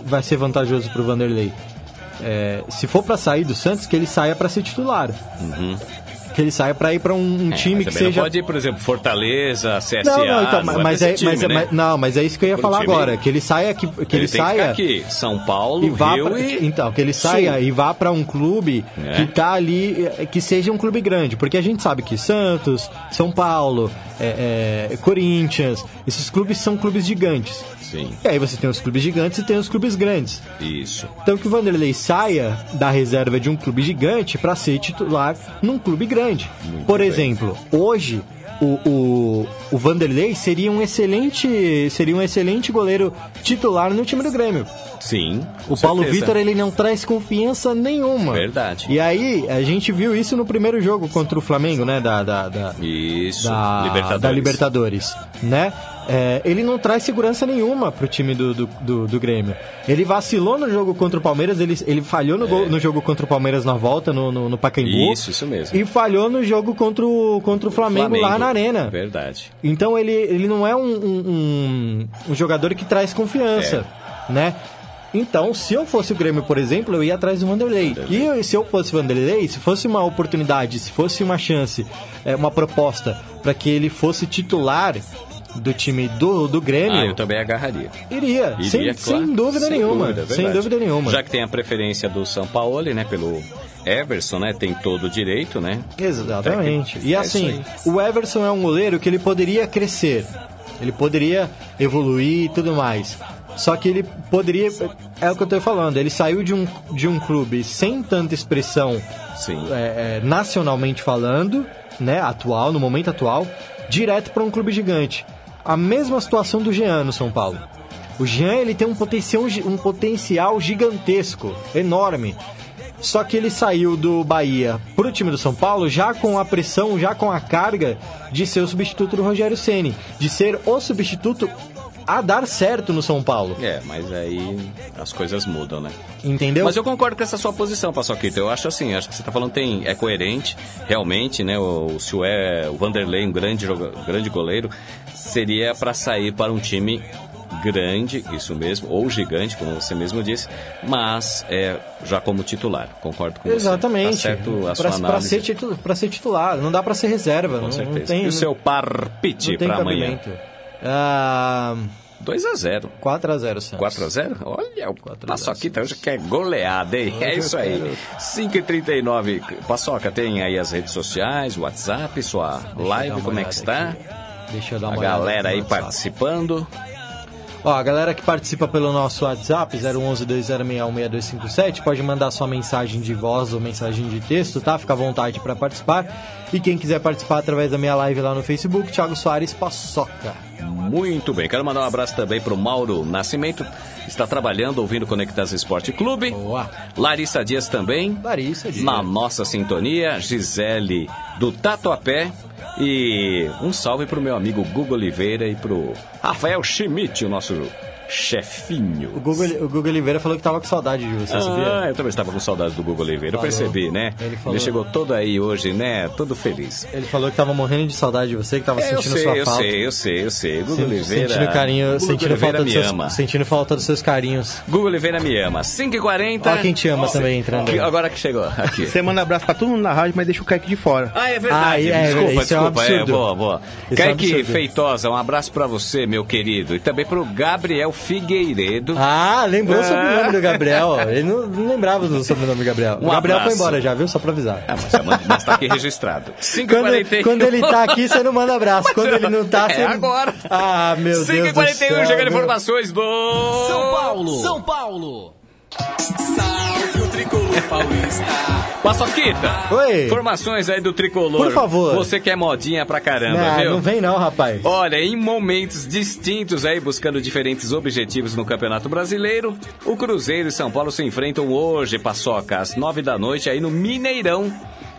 [SPEAKER 4] vai ser vantajoso pro Vanderlei. É, se for pra sair do Santos, que ele saia pra ser titular. Que ele saia pra ir pra um, um
[SPEAKER 5] Uhum. É,
[SPEAKER 4] time
[SPEAKER 5] mas
[SPEAKER 4] que
[SPEAKER 5] também
[SPEAKER 4] seja.
[SPEAKER 5] Não pode ir, por exemplo, Fortaleza, CSA.
[SPEAKER 4] Não, não, então,
[SPEAKER 5] é
[SPEAKER 4] mas,
[SPEAKER 5] pra
[SPEAKER 4] é,
[SPEAKER 5] esse time,
[SPEAKER 4] mas, é-
[SPEAKER 5] né?
[SPEAKER 4] mas- não, mas é isso que eu ia
[SPEAKER 5] Pro
[SPEAKER 4] falar
[SPEAKER 5] time.
[SPEAKER 4] agora. Que ele saia, que, que ele,
[SPEAKER 5] ele tem
[SPEAKER 4] saia.
[SPEAKER 5] que ficar aqui. São Paulo,
[SPEAKER 4] E vá
[SPEAKER 5] Rio
[SPEAKER 4] pra-
[SPEAKER 5] e...
[SPEAKER 4] então, que ele saia e vá pra um clube
[SPEAKER 5] É.
[SPEAKER 4] que tá ali, eh, que seja um clube grande, porque a gente sabe que Santos, São Paulo, eh, eh, Corinthians, esses clubes são clubes gigantes.
[SPEAKER 5] Sim.
[SPEAKER 4] E aí você tem os clubes gigantes e tem os clubes grandes.
[SPEAKER 5] Isso.
[SPEAKER 4] Então que o Vanderlei saia da reserva de um clube gigante para ser titular num clube grande. Por
[SPEAKER 5] bem.
[SPEAKER 4] exemplo, hoje o, o, o Vanderlei seria um excelente seria um excelente goleiro titular no time do Grêmio.
[SPEAKER 5] Sim. com
[SPEAKER 4] O Paulo
[SPEAKER 5] certeza.
[SPEAKER 4] Vitor, ele não traz confiança nenhuma.
[SPEAKER 5] Verdade.
[SPEAKER 4] E aí, a gente viu isso no primeiro jogo contra o Flamengo, né? Da, da, da,
[SPEAKER 5] Isso.
[SPEAKER 4] da-
[SPEAKER 5] Libertadores.
[SPEAKER 4] da Libertadores, né? É, ele não traz segurança nenhuma pro time do, do, do- do Grêmio. Ele vacilou no jogo contra o Palmeiras, ele, ele falhou no, gol- no jogo contra o Palmeiras na volta, no, no, no Pacaembu.
[SPEAKER 5] É. Isso, isso mesmo.
[SPEAKER 4] E falhou no jogo contra o, contra o Flamengo, lá na Arena.
[SPEAKER 5] Verdade.
[SPEAKER 4] Então ele, ele não é um, um, um- um jogador que traz confiança,
[SPEAKER 5] É.
[SPEAKER 4] né? Então, se eu fosse o Grêmio, por exemplo, eu ia atrás do Vanderlei. E eu- se eu fosse o Vanderlei, se fosse uma oportunidade, se fosse uma chance, é, uma proposta para que ele fosse titular do time do, do
[SPEAKER 5] Ah,
[SPEAKER 4] Grêmio,
[SPEAKER 5] eu também agarraria. Iria,
[SPEAKER 4] iria. é sem,
[SPEAKER 5] claro.
[SPEAKER 4] sem dúvida
[SPEAKER 5] Sem
[SPEAKER 4] nenhuma.
[SPEAKER 5] dúvida, é
[SPEAKER 4] sem
[SPEAKER 5] verdade.
[SPEAKER 4] dúvida nenhuma.
[SPEAKER 5] Já que tem a preferência do São Paulo, né? Pelo Everson, né? Tem todo o direito, né?
[SPEAKER 4] Exatamente. E
[SPEAKER 5] É
[SPEAKER 4] assim,
[SPEAKER 5] isso
[SPEAKER 4] o Everson é um goleiro que ele poderia crescer, ele poderia evoluir e tudo mais. Só que ele poderia. É o que eu tô falando, ele saiu de um, de um clube sem tanta expressão
[SPEAKER 5] Sim.
[SPEAKER 4] é, é, nacionalmente falando, né, atual, no momento atual, direto para um clube gigante. A mesma situação do Jean no São Paulo. O Jean ele tem um potencial, gi- um potencial gigantesco, enorme. Só que ele saiu do Bahia pro time do São Paulo já com a pressão, já com a carga de ser o substituto do Rogério Ceni, de ser o substituto a dar certo no São Paulo.
[SPEAKER 5] É, mas aí as coisas mudam, né?
[SPEAKER 4] Entendeu?
[SPEAKER 5] Mas eu concordo com essa sua posição, Paçoquita. Eu acho assim, acho que você tá falando tem, é coerente, realmente, né? O, o- se o, é, o Vanderlei, um grande, joga- grande goleiro, seria para sair para um time grande, isso mesmo, ou gigante, como você mesmo disse, mas é, já como titular. Concordo com
[SPEAKER 4] Exatamente.
[SPEAKER 5] você. Tá certo a sua
[SPEAKER 4] Pra- pra
[SPEAKER 5] análise.
[SPEAKER 4] ser, titu- pra ser titular, não dá pra ser reserva. não,
[SPEAKER 5] Com certeza.
[SPEAKER 4] Não tem,
[SPEAKER 5] e o seu
[SPEAKER 4] não
[SPEAKER 5] parpite
[SPEAKER 4] tem
[SPEAKER 5] para amanhã?
[SPEAKER 4] cabimento. Ah,
[SPEAKER 5] 2 a 0
[SPEAKER 4] 4x0, Santos.
[SPEAKER 5] 4x0? Olha, o Paçoquita hoje quer goleada, hein? É isso aí. 5h39. Paçoca, tem aí as redes sociais, WhatsApp, sua live, como é que está?
[SPEAKER 4] Deixa eu dar
[SPEAKER 5] A
[SPEAKER 4] uma
[SPEAKER 5] galera aí
[SPEAKER 4] participando.
[SPEAKER 5] participando.
[SPEAKER 4] Ó, a galera que participa pelo nosso WhatsApp, 011-2061-6257, pode mandar sua mensagem de voz ou mensagem de texto, tá? Fica à vontade pra participar. E quem quiser participar através da minha live lá no Facebook, Thiago Soares Paçoca.
[SPEAKER 5] Muito bem. Quero mandar um abraço também pro Mauro Nascimento. Está trabalhando, ouvindo Conectas Esporte Clube.
[SPEAKER 4] Boa.
[SPEAKER 5] Larissa Dias também.
[SPEAKER 4] Larissa Dias.
[SPEAKER 5] Na nossa sintonia, Gisele do Tatuapé. E um salve pro meu amigo Guga Oliveira e pro Rafael Schmidt, o nosso
[SPEAKER 4] O
[SPEAKER 5] chefinho.
[SPEAKER 4] Google, o Google Oliveira falou que tava com saudade de você, sabia?
[SPEAKER 5] Ah, eu também estava com saudades do Guga Oliveira, eu
[SPEAKER 4] Falou.
[SPEAKER 5] percebi, né?
[SPEAKER 4] Ele falou.
[SPEAKER 5] chegou todo aí hoje, né? Todo feliz.
[SPEAKER 4] Ele falou que tava morrendo de saudade de você, que tava
[SPEAKER 5] É, eu
[SPEAKER 4] Tá sentindo
[SPEAKER 5] sei,
[SPEAKER 4] sua
[SPEAKER 5] eu
[SPEAKER 4] falta.
[SPEAKER 5] sei, eu sei, eu sei. Guga
[SPEAKER 4] Sen-
[SPEAKER 5] Oliveira.
[SPEAKER 4] Sentindo carinho,
[SPEAKER 5] Guga
[SPEAKER 4] sentindo
[SPEAKER 5] Oliveira
[SPEAKER 4] falta, dos
[SPEAKER 5] me
[SPEAKER 4] seus,
[SPEAKER 5] ama.
[SPEAKER 4] sentindo falta dos seus carinhos.
[SPEAKER 5] Guga Oliveira me ama. 5h40.
[SPEAKER 4] Ó, quem te ama também entrando aí.
[SPEAKER 5] Que- Agora que chegou. Aqui.
[SPEAKER 8] Você manda abraço pra todo mundo na rádio, mas deixa o Kaique de fora.
[SPEAKER 5] Ah, é verdade.
[SPEAKER 4] Ah, é,
[SPEAKER 5] desculpa,
[SPEAKER 4] isso é um
[SPEAKER 5] desculpa.
[SPEAKER 4] absurdo.
[SPEAKER 5] boa, boa.
[SPEAKER 4] Isso é um
[SPEAKER 5] Kaique
[SPEAKER 4] absurdo.
[SPEAKER 5] Feitosa, um abraço pra você, meu querido. E também pro Gabriel Figueiredo.
[SPEAKER 4] Ah, lembrou o sobrenome do Gabriel. Ele não, não lembrava do sobrenome do Gabriel.
[SPEAKER 5] É. Um
[SPEAKER 4] o Gabriel
[SPEAKER 5] abraço.
[SPEAKER 4] foi embora já, viu? Só pra avisar.
[SPEAKER 5] Ah, mas, mas tá aqui registrado. 5h41.
[SPEAKER 4] *laughs* Quando, quando ele tá aqui, você não manda abraço. Quando ele não tá,
[SPEAKER 5] *laughs* É
[SPEAKER 4] você.
[SPEAKER 5] agora.
[SPEAKER 4] Ah, meu Deus.
[SPEAKER 5] 5h41, chegando
[SPEAKER 4] chegando
[SPEAKER 5] um, informações do...
[SPEAKER 7] São Paulo! São Paulo! Salve o tricolor paulista!
[SPEAKER 5] Paçoquita.
[SPEAKER 4] Oi.
[SPEAKER 5] Informações aí do Tricolor.
[SPEAKER 4] Por favor.
[SPEAKER 5] Você que é modinha pra caramba,
[SPEAKER 4] Ah,
[SPEAKER 5] viu?
[SPEAKER 4] não vem não, rapaz.
[SPEAKER 5] Olha, em momentos distintos aí, buscando diferentes objetivos no Campeonato Brasileiro, o Cruzeiro e São Paulo se enfrentam hoje, Paçoca, às nove da noite, aí no Mineirão.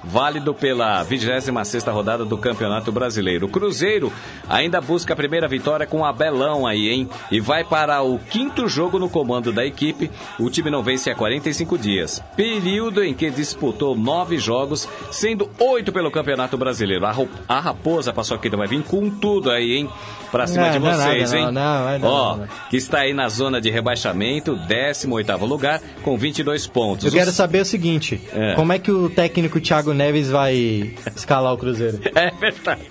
[SPEAKER 5] Válido pela 26ª rodada do Campeonato Brasileiro. O Cruzeiro ainda busca a primeira vitória com o Abelão aí, hein? E vai para o quinto jogo no comando da equipe. O time não vence há 45 dias. Período em que disputou nove jogos, sendo oito pelo Campeonato Brasileiro. A, ro- a Raposa, Paçoquita, vai vir com tudo aí, hein? Pra cima
[SPEAKER 4] Não,
[SPEAKER 5] de
[SPEAKER 4] não é
[SPEAKER 5] vocês,
[SPEAKER 4] nada,
[SPEAKER 5] hein?
[SPEAKER 4] não, não, é não,
[SPEAKER 5] Ó,
[SPEAKER 4] não.
[SPEAKER 5] que está aí na zona de rebaixamento, 18º lugar, com 22 pontos.
[SPEAKER 4] Eu quero
[SPEAKER 5] Os-
[SPEAKER 4] saber o seguinte:
[SPEAKER 5] É.
[SPEAKER 4] como é que o técnico Thiago Neves vai escalar o Cruzeiro.
[SPEAKER 5] *laughs* É verdade.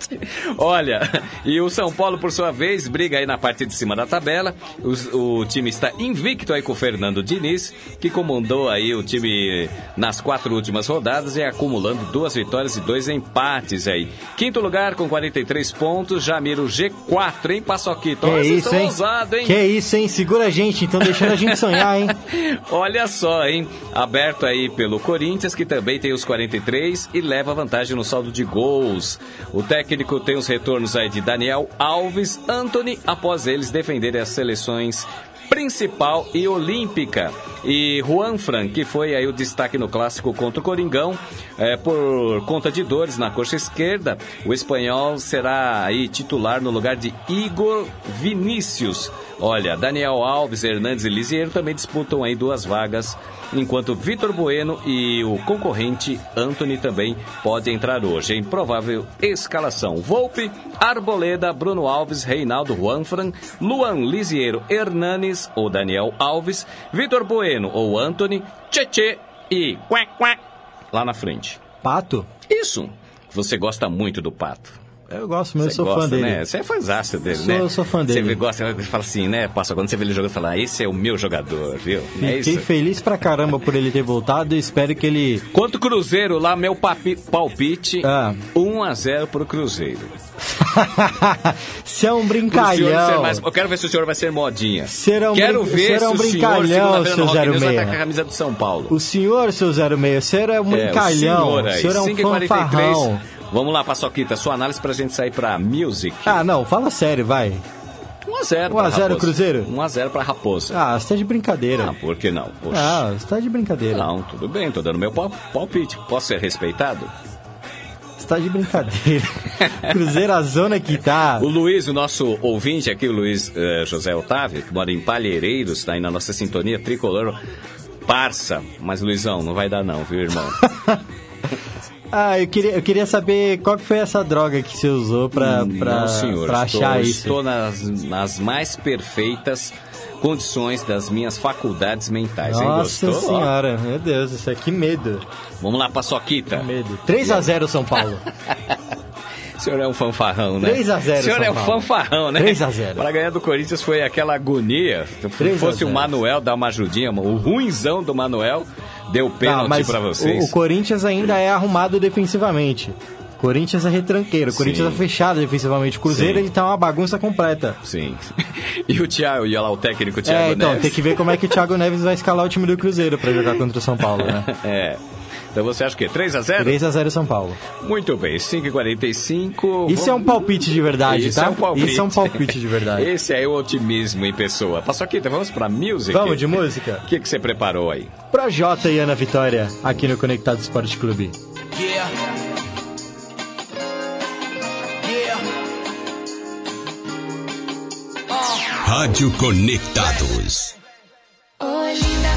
[SPEAKER 5] Olha, e o São Paulo, por sua vez, briga aí na parte de cima da tabela. Os- O, time está invicto aí com o Fernando Diniz, que comandou aí o time nas quatro últimas rodadas e acumulando duas vitórias e dois empates aí. Quinto lugar com 43 pontos, já mira o G4, hein, Paçoquito?
[SPEAKER 4] Que
[SPEAKER 5] Olha, vocês
[SPEAKER 4] isso,
[SPEAKER 5] são
[SPEAKER 4] hein?
[SPEAKER 5] ousados, hein?
[SPEAKER 4] Que isso, hein? Segura a gente, então deixando a gente sonhar, hein?
[SPEAKER 5] *laughs* Olha só, hein? Aberto aí pelo Corinthians, que também tem os 43 e leva vantagem no saldo de gols. O técnico tem os retornos aí de Daniel Alves, Anthony, após eles defenderem as seleções principal e olímpica. E Juan Fran, que foi aí o destaque no clássico contra o Coringão, é, por conta de dores na coxa esquerda, o espanhol será aí titular no lugar de Igor Vinícius. Olha, Daniel Alves, Hernandes e Lisieiro também disputam aí duas vagas, enquanto Vitor Bueno e o concorrente Anthony também pode entrar hoje em provável escalação. Volpe, Arboleda, Bruno Alves, Reinaldo Juanfran, Luan Lisieiro, Hernanes ou Daniel Alves, Vitor Bueno ou Anthony, Tchê e Quack Quack lá na frente.
[SPEAKER 4] Pato?
[SPEAKER 5] Isso. Você gosta muito do pato.
[SPEAKER 4] Eu gosto, mas eu
[SPEAKER 5] Você
[SPEAKER 4] sou
[SPEAKER 5] gosta,
[SPEAKER 4] fã dele.
[SPEAKER 5] né? Você é fãzaço dele,
[SPEAKER 4] Sou-
[SPEAKER 5] né?
[SPEAKER 4] eu sou fã dele.
[SPEAKER 5] Você gosta, você fala assim, né? Passa quando você vê ele jogando, fala, "Ah, esse é o meu jogador, viu? É
[SPEAKER 4] Fiquei
[SPEAKER 5] isso.
[SPEAKER 4] feliz pra caramba por ele ter voltado e espero que ele. *laughs*
[SPEAKER 5] Quanto Cruzeiro lá, meu papi- palpite,
[SPEAKER 4] Ah.
[SPEAKER 5] 1x0 pro Cruzeiro.
[SPEAKER 4] Você é um
[SPEAKER 5] Pro senhor não ser
[SPEAKER 4] brincalhão.
[SPEAKER 5] mais- eu quero ver se o senhor vai ser modinha.
[SPEAKER 4] Será um
[SPEAKER 5] quero
[SPEAKER 4] brin-
[SPEAKER 5] ver
[SPEAKER 4] será
[SPEAKER 5] se
[SPEAKER 4] um
[SPEAKER 5] o senhor,
[SPEAKER 4] brincalhão,
[SPEAKER 5] segunda-feira
[SPEAKER 4] seu
[SPEAKER 5] no Rock in Rio, vai
[SPEAKER 4] 06.
[SPEAKER 5] estar com a camisa do São Paulo.
[SPEAKER 4] O senhor, seu 06, o senhor é um
[SPEAKER 5] tá É,
[SPEAKER 4] brincalhão.
[SPEAKER 5] o senhor aí,
[SPEAKER 4] é um
[SPEAKER 5] 5h43.
[SPEAKER 4] fanfarrão.
[SPEAKER 5] Vamos lá, Paçoquita, sua análise pra gente sair pra Music.
[SPEAKER 4] Ah, não, fala sério, vai.
[SPEAKER 5] 1x0
[SPEAKER 4] 1 a 0 Cruzeiro?
[SPEAKER 5] 1x0 pra Raposa.
[SPEAKER 4] Ah, você tá de brincadeira.
[SPEAKER 5] Ah, por que não? Poxa.
[SPEAKER 4] Ah, você tá de brincadeira.
[SPEAKER 5] Não, tudo bem, tô dando meu pal- palpite. Posso ser respeitado? Ah.
[SPEAKER 4] Você tá de brincadeira.
[SPEAKER 5] *laughs*
[SPEAKER 4] Cruzeiro, a zona que tá.
[SPEAKER 5] O Luiz, o nosso ouvinte aqui, o Luiz eh, José Otávio, que mora em Palheireiros, está aí na nossa sintonia tricolor. Parça, mas Luizão, não vai dar não, viu, irmão?
[SPEAKER 4] Ah, eu queria, eu queria saber qual que foi essa droga que você usou *laughs* pra, pra,
[SPEAKER 5] não, senhor.
[SPEAKER 4] pra
[SPEAKER 5] estou,
[SPEAKER 4] achar isso.
[SPEAKER 5] estou nas, nas mais perfeitas condições das minhas faculdades mentais, hein?
[SPEAKER 4] Nossa
[SPEAKER 5] Gostou? Ó,
[SPEAKER 4] senhora, meu Deus, isso aqui medo.
[SPEAKER 5] Vamos lá, Paçoquita.
[SPEAKER 4] Medo. 3x0 São Paulo.
[SPEAKER 5] O senhor é um fanfarrão, né?
[SPEAKER 4] 3 a 0
[SPEAKER 5] O senhor
[SPEAKER 4] São
[SPEAKER 5] é um
[SPEAKER 4] Paulo.
[SPEAKER 5] fanfarrão, né?
[SPEAKER 4] 3 a 0.
[SPEAKER 5] Para ganhar do Corinthians foi aquela agonia. Se
[SPEAKER 4] 3 a
[SPEAKER 5] fosse o
[SPEAKER 4] 0.
[SPEAKER 5] Manuel dar uma ajudinha, o ruinzão do Manuel deu
[SPEAKER 4] Tá,
[SPEAKER 5] *laughs* pênalti
[SPEAKER 4] mas
[SPEAKER 5] pra
[SPEAKER 4] o,
[SPEAKER 5] vocês.
[SPEAKER 4] o Corinthians ainda é arrumado defensivamente. Corinthians é retranqueiro, o Corinthians
[SPEAKER 5] Sim.
[SPEAKER 4] é fechado defensivamente. O Cruzeiro
[SPEAKER 5] Sim.
[SPEAKER 4] ele tá uma bagunça completa.
[SPEAKER 5] Sim. *laughs* E o Thiago, e olha lá o técnico Thiago
[SPEAKER 4] é, então,
[SPEAKER 5] Neves.
[SPEAKER 4] tem que ver como é que o Thiago Neves vai escalar o time do Cruzeiro pra jogar contra o São Paulo, né?
[SPEAKER 5] *laughs* É. Então você acha que é 3 a 0
[SPEAKER 4] 3x0 São Paulo.
[SPEAKER 5] Muito bem, 5 e 45
[SPEAKER 4] Isso é um palpite de verdade,
[SPEAKER 5] Isso
[SPEAKER 4] tá?
[SPEAKER 5] é um palpite.
[SPEAKER 4] Isso é um palpite
[SPEAKER 5] *laughs*
[SPEAKER 4] de verdade.
[SPEAKER 5] Esse aí é o otimismo em pessoa. Paçoquita, vamos pra music?
[SPEAKER 4] Vamos de música?
[SPEAKER 5] O que, que você preparou aí?
[SPEAKER 4] Pra Jota e Ana Vitória, aqui no Conectado Esporte Clube.
[SPEAKER 7] Yeah. Yeah.
[SPEAKER 2] Rádio Conectados.
[SPEAKER 9] Ô linda,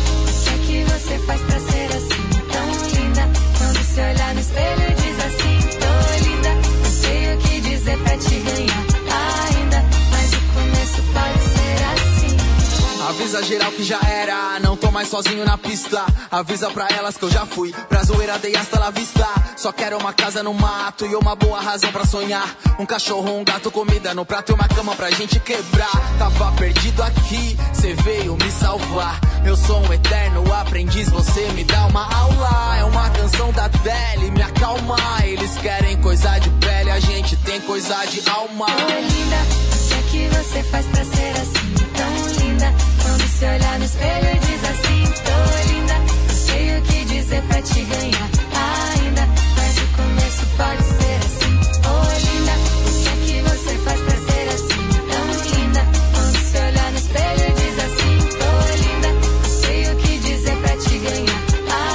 [SPEAKER 9] o que você faz pra ser assim tão linda? Quando se olhar no espelho diz assim, tô linda. Não sei o que dizer pra te ganhar ainda, mas o começo pode ser assim.
[SPEAKER 7] Avisa geral que já era, não tô mais sozinho na pista. Avisa pra elas que eu já fui, pra zoeira dei hasta la vista. Só quero uma casa no mato e uma boa razão pra sonhar. Um cachorro, um gato, comida no prato e uma cama pra gente quebrar. Tava perdido aqui, cê veio me salvar. Eu sou um eterno aprendiz, você me dá uma aula. É uma canção da Adele, me acalma. Eles querem coisa de pele, a gente tem coisa de alma.
[SPEAKER 9] Ô linda, o que você faz pra ser assim tão linda? Quando se olhar no espelho diz assim, tô linda. Não sei o que dizer pra te ganhar ainda, mas o começo pode ser assim. Ô linda, o que você faz pra ser assim tão linda? Quando se olhar no espelho diz assim, tô linda. Não sei o que dizer pra te ganhar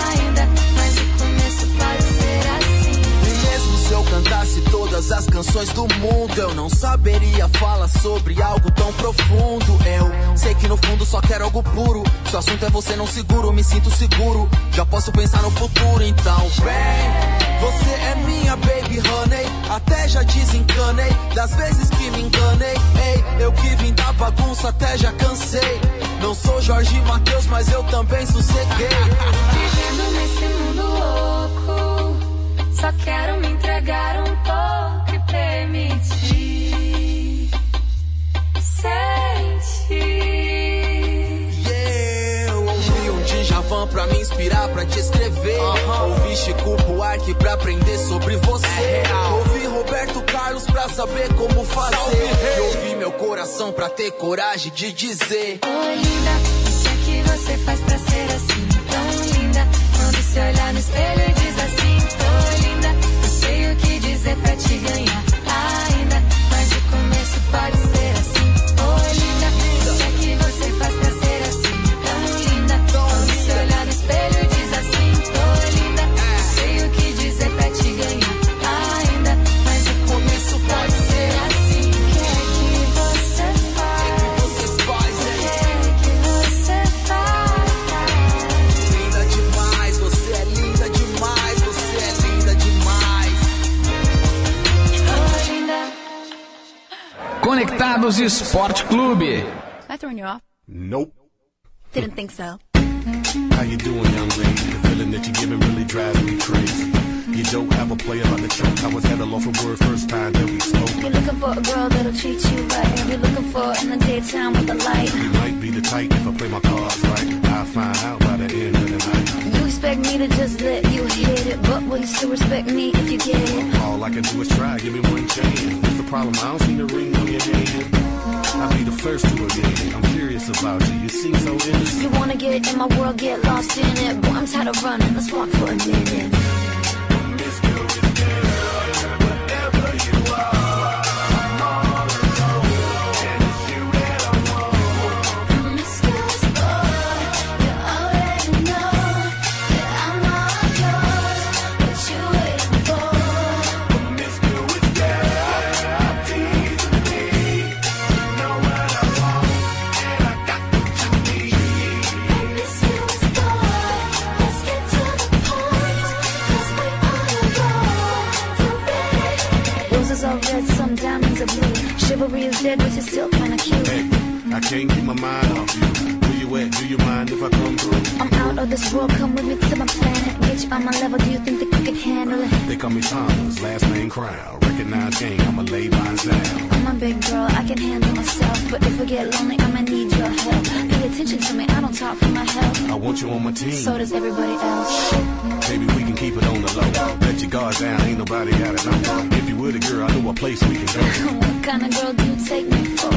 [SPEAKER 9] ainda, mas o começo pode ser assim.
[SPEAKER 7] E mesmo se eu cantasse todas as canções do mundo, eu não saberia falar sobre algo tão profundo. Eu sei que no fundo só quero algo puro. Se o assunto é você não seguro, me sinto seguro. Já posso pensar no futuro, então vem. Você é minha baby honey. Até já desencanei das vezes que me enganei. Ei, eu que vim da bagunça até já cansei. Não sou Jorge Matheus, mas eu também sosseguei.
[SPEAKER 9] Vivendo nesse mundo louco, Só quero me entregar um pouco e permitir sentir.
[SPEAKER 7] Yeah, eu ouvi um Djavan pra me inspirar, pra te escrever. Ouvi Chico Buarque pra aprender sobre você. Ouvi Roberto Carlos pra saber como fazer. E ouvi meu coração pra ter coragem de dizer.
[SPEAKER 9] Oh, linda, o que é que você faz pra ser assim tão linda? Quando se olhar no espelho e diz assim, tô linda. Eu sei o que dizer pra te ganhar ainda, mas o começo pode ser assim. Oh, linda, o que é que você faz pra ser assim tão linda? Quando se olhar no espelho e diz assim, tô linda. Eu sei o que dizer pra te ganhar ainda, mas o começo pode ser assim. O que é que você faz? O que é que você faz?
[SPEAKER 7] Linda demais, você é linda demais, você é linda demais.
[SPEAKER 9] Oh, linda.
[SPEAKER 3] Conectados Esporte Clube.
[SPEAKER 10] Am I throwing you off?
[SPEAKER 1] Nope.
[SPEAKER 10] Didn't think so.
[SPEAKER 1] How you doing, young lady? The feeling that you're giving really drives me crazy. You don't have a play about the truth. I was at a loss for words first time that we spoke.
[SPEAKER 10] You're looking for a girl that'll treat you right. You're looking for in the daytime with the light.
[SPEAKER 1] You might be the type if I play my cards right. I'll find out by the end of the night.
[SPEAKER 10] You expect me to just let you hit it, but will you still respect me if you get it?
[SPEAKER 1] All I can do is try. Give me one chance. What's the problem? I don't see the ring on your hand. I'll be the first to admit it. I'm curious about you. You seem so innocent.
[SPEAKER 10] You wanna get in my world, get lost in it. Boy, I'm tired of running. Let's walk for a minute. Promiscuous boy, you already know that I'm all yours. What you waiting for? Promiscuous girl, tease me. You know what I want, and I got what you need. Promiscuous boy, let's get to the point, 'cause we all know you're Roses are red, some diamonds are blue. Chivalry is dead, but you're still kinda cute.
[SPEAKER 1] Hey, I can't keep my mind off you. Where you at? Do you mind if I come through?
[SPEAKER 10] I'm out of this world, come with me to my planet. Get you on my level, do you think that you can handle it?
[SPEAKER 1] They call me Thomas, last name Crown. Recognize gang, I'm a lay mine down.
[SPEAKER 10] I'm a big girl, I can handle myself. But if I get lonely, I'ma need your help. Pay attention to me, I don't talk for my help.
[SPEAKER 1] I want you on my team.
[SPEAKER 10] So does everybody else.
[SPEAKER 1] Maybe we can keep it on the low. Bet your guard down, ain't nobody got it. No. If you were the girl, I know a place we can go.
[SPEAKER 10] What kind of girl do you take me for?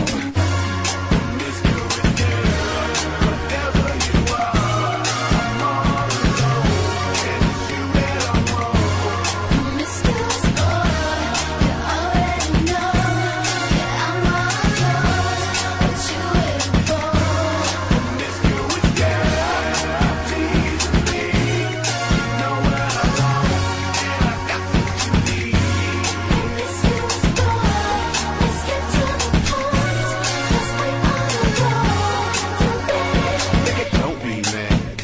[SPEAKER 10] Promiscuous boy, you already know that I'm all yours. What you waiting for? Promiscuous girl, tease me. You know what I want, and I got what you need. Promiscuous boy, let's get to the point, 'cause we all know
[SPEAKER 1] Don't
[SPEAKER 10] you're
[SPEAKER 1] be mad,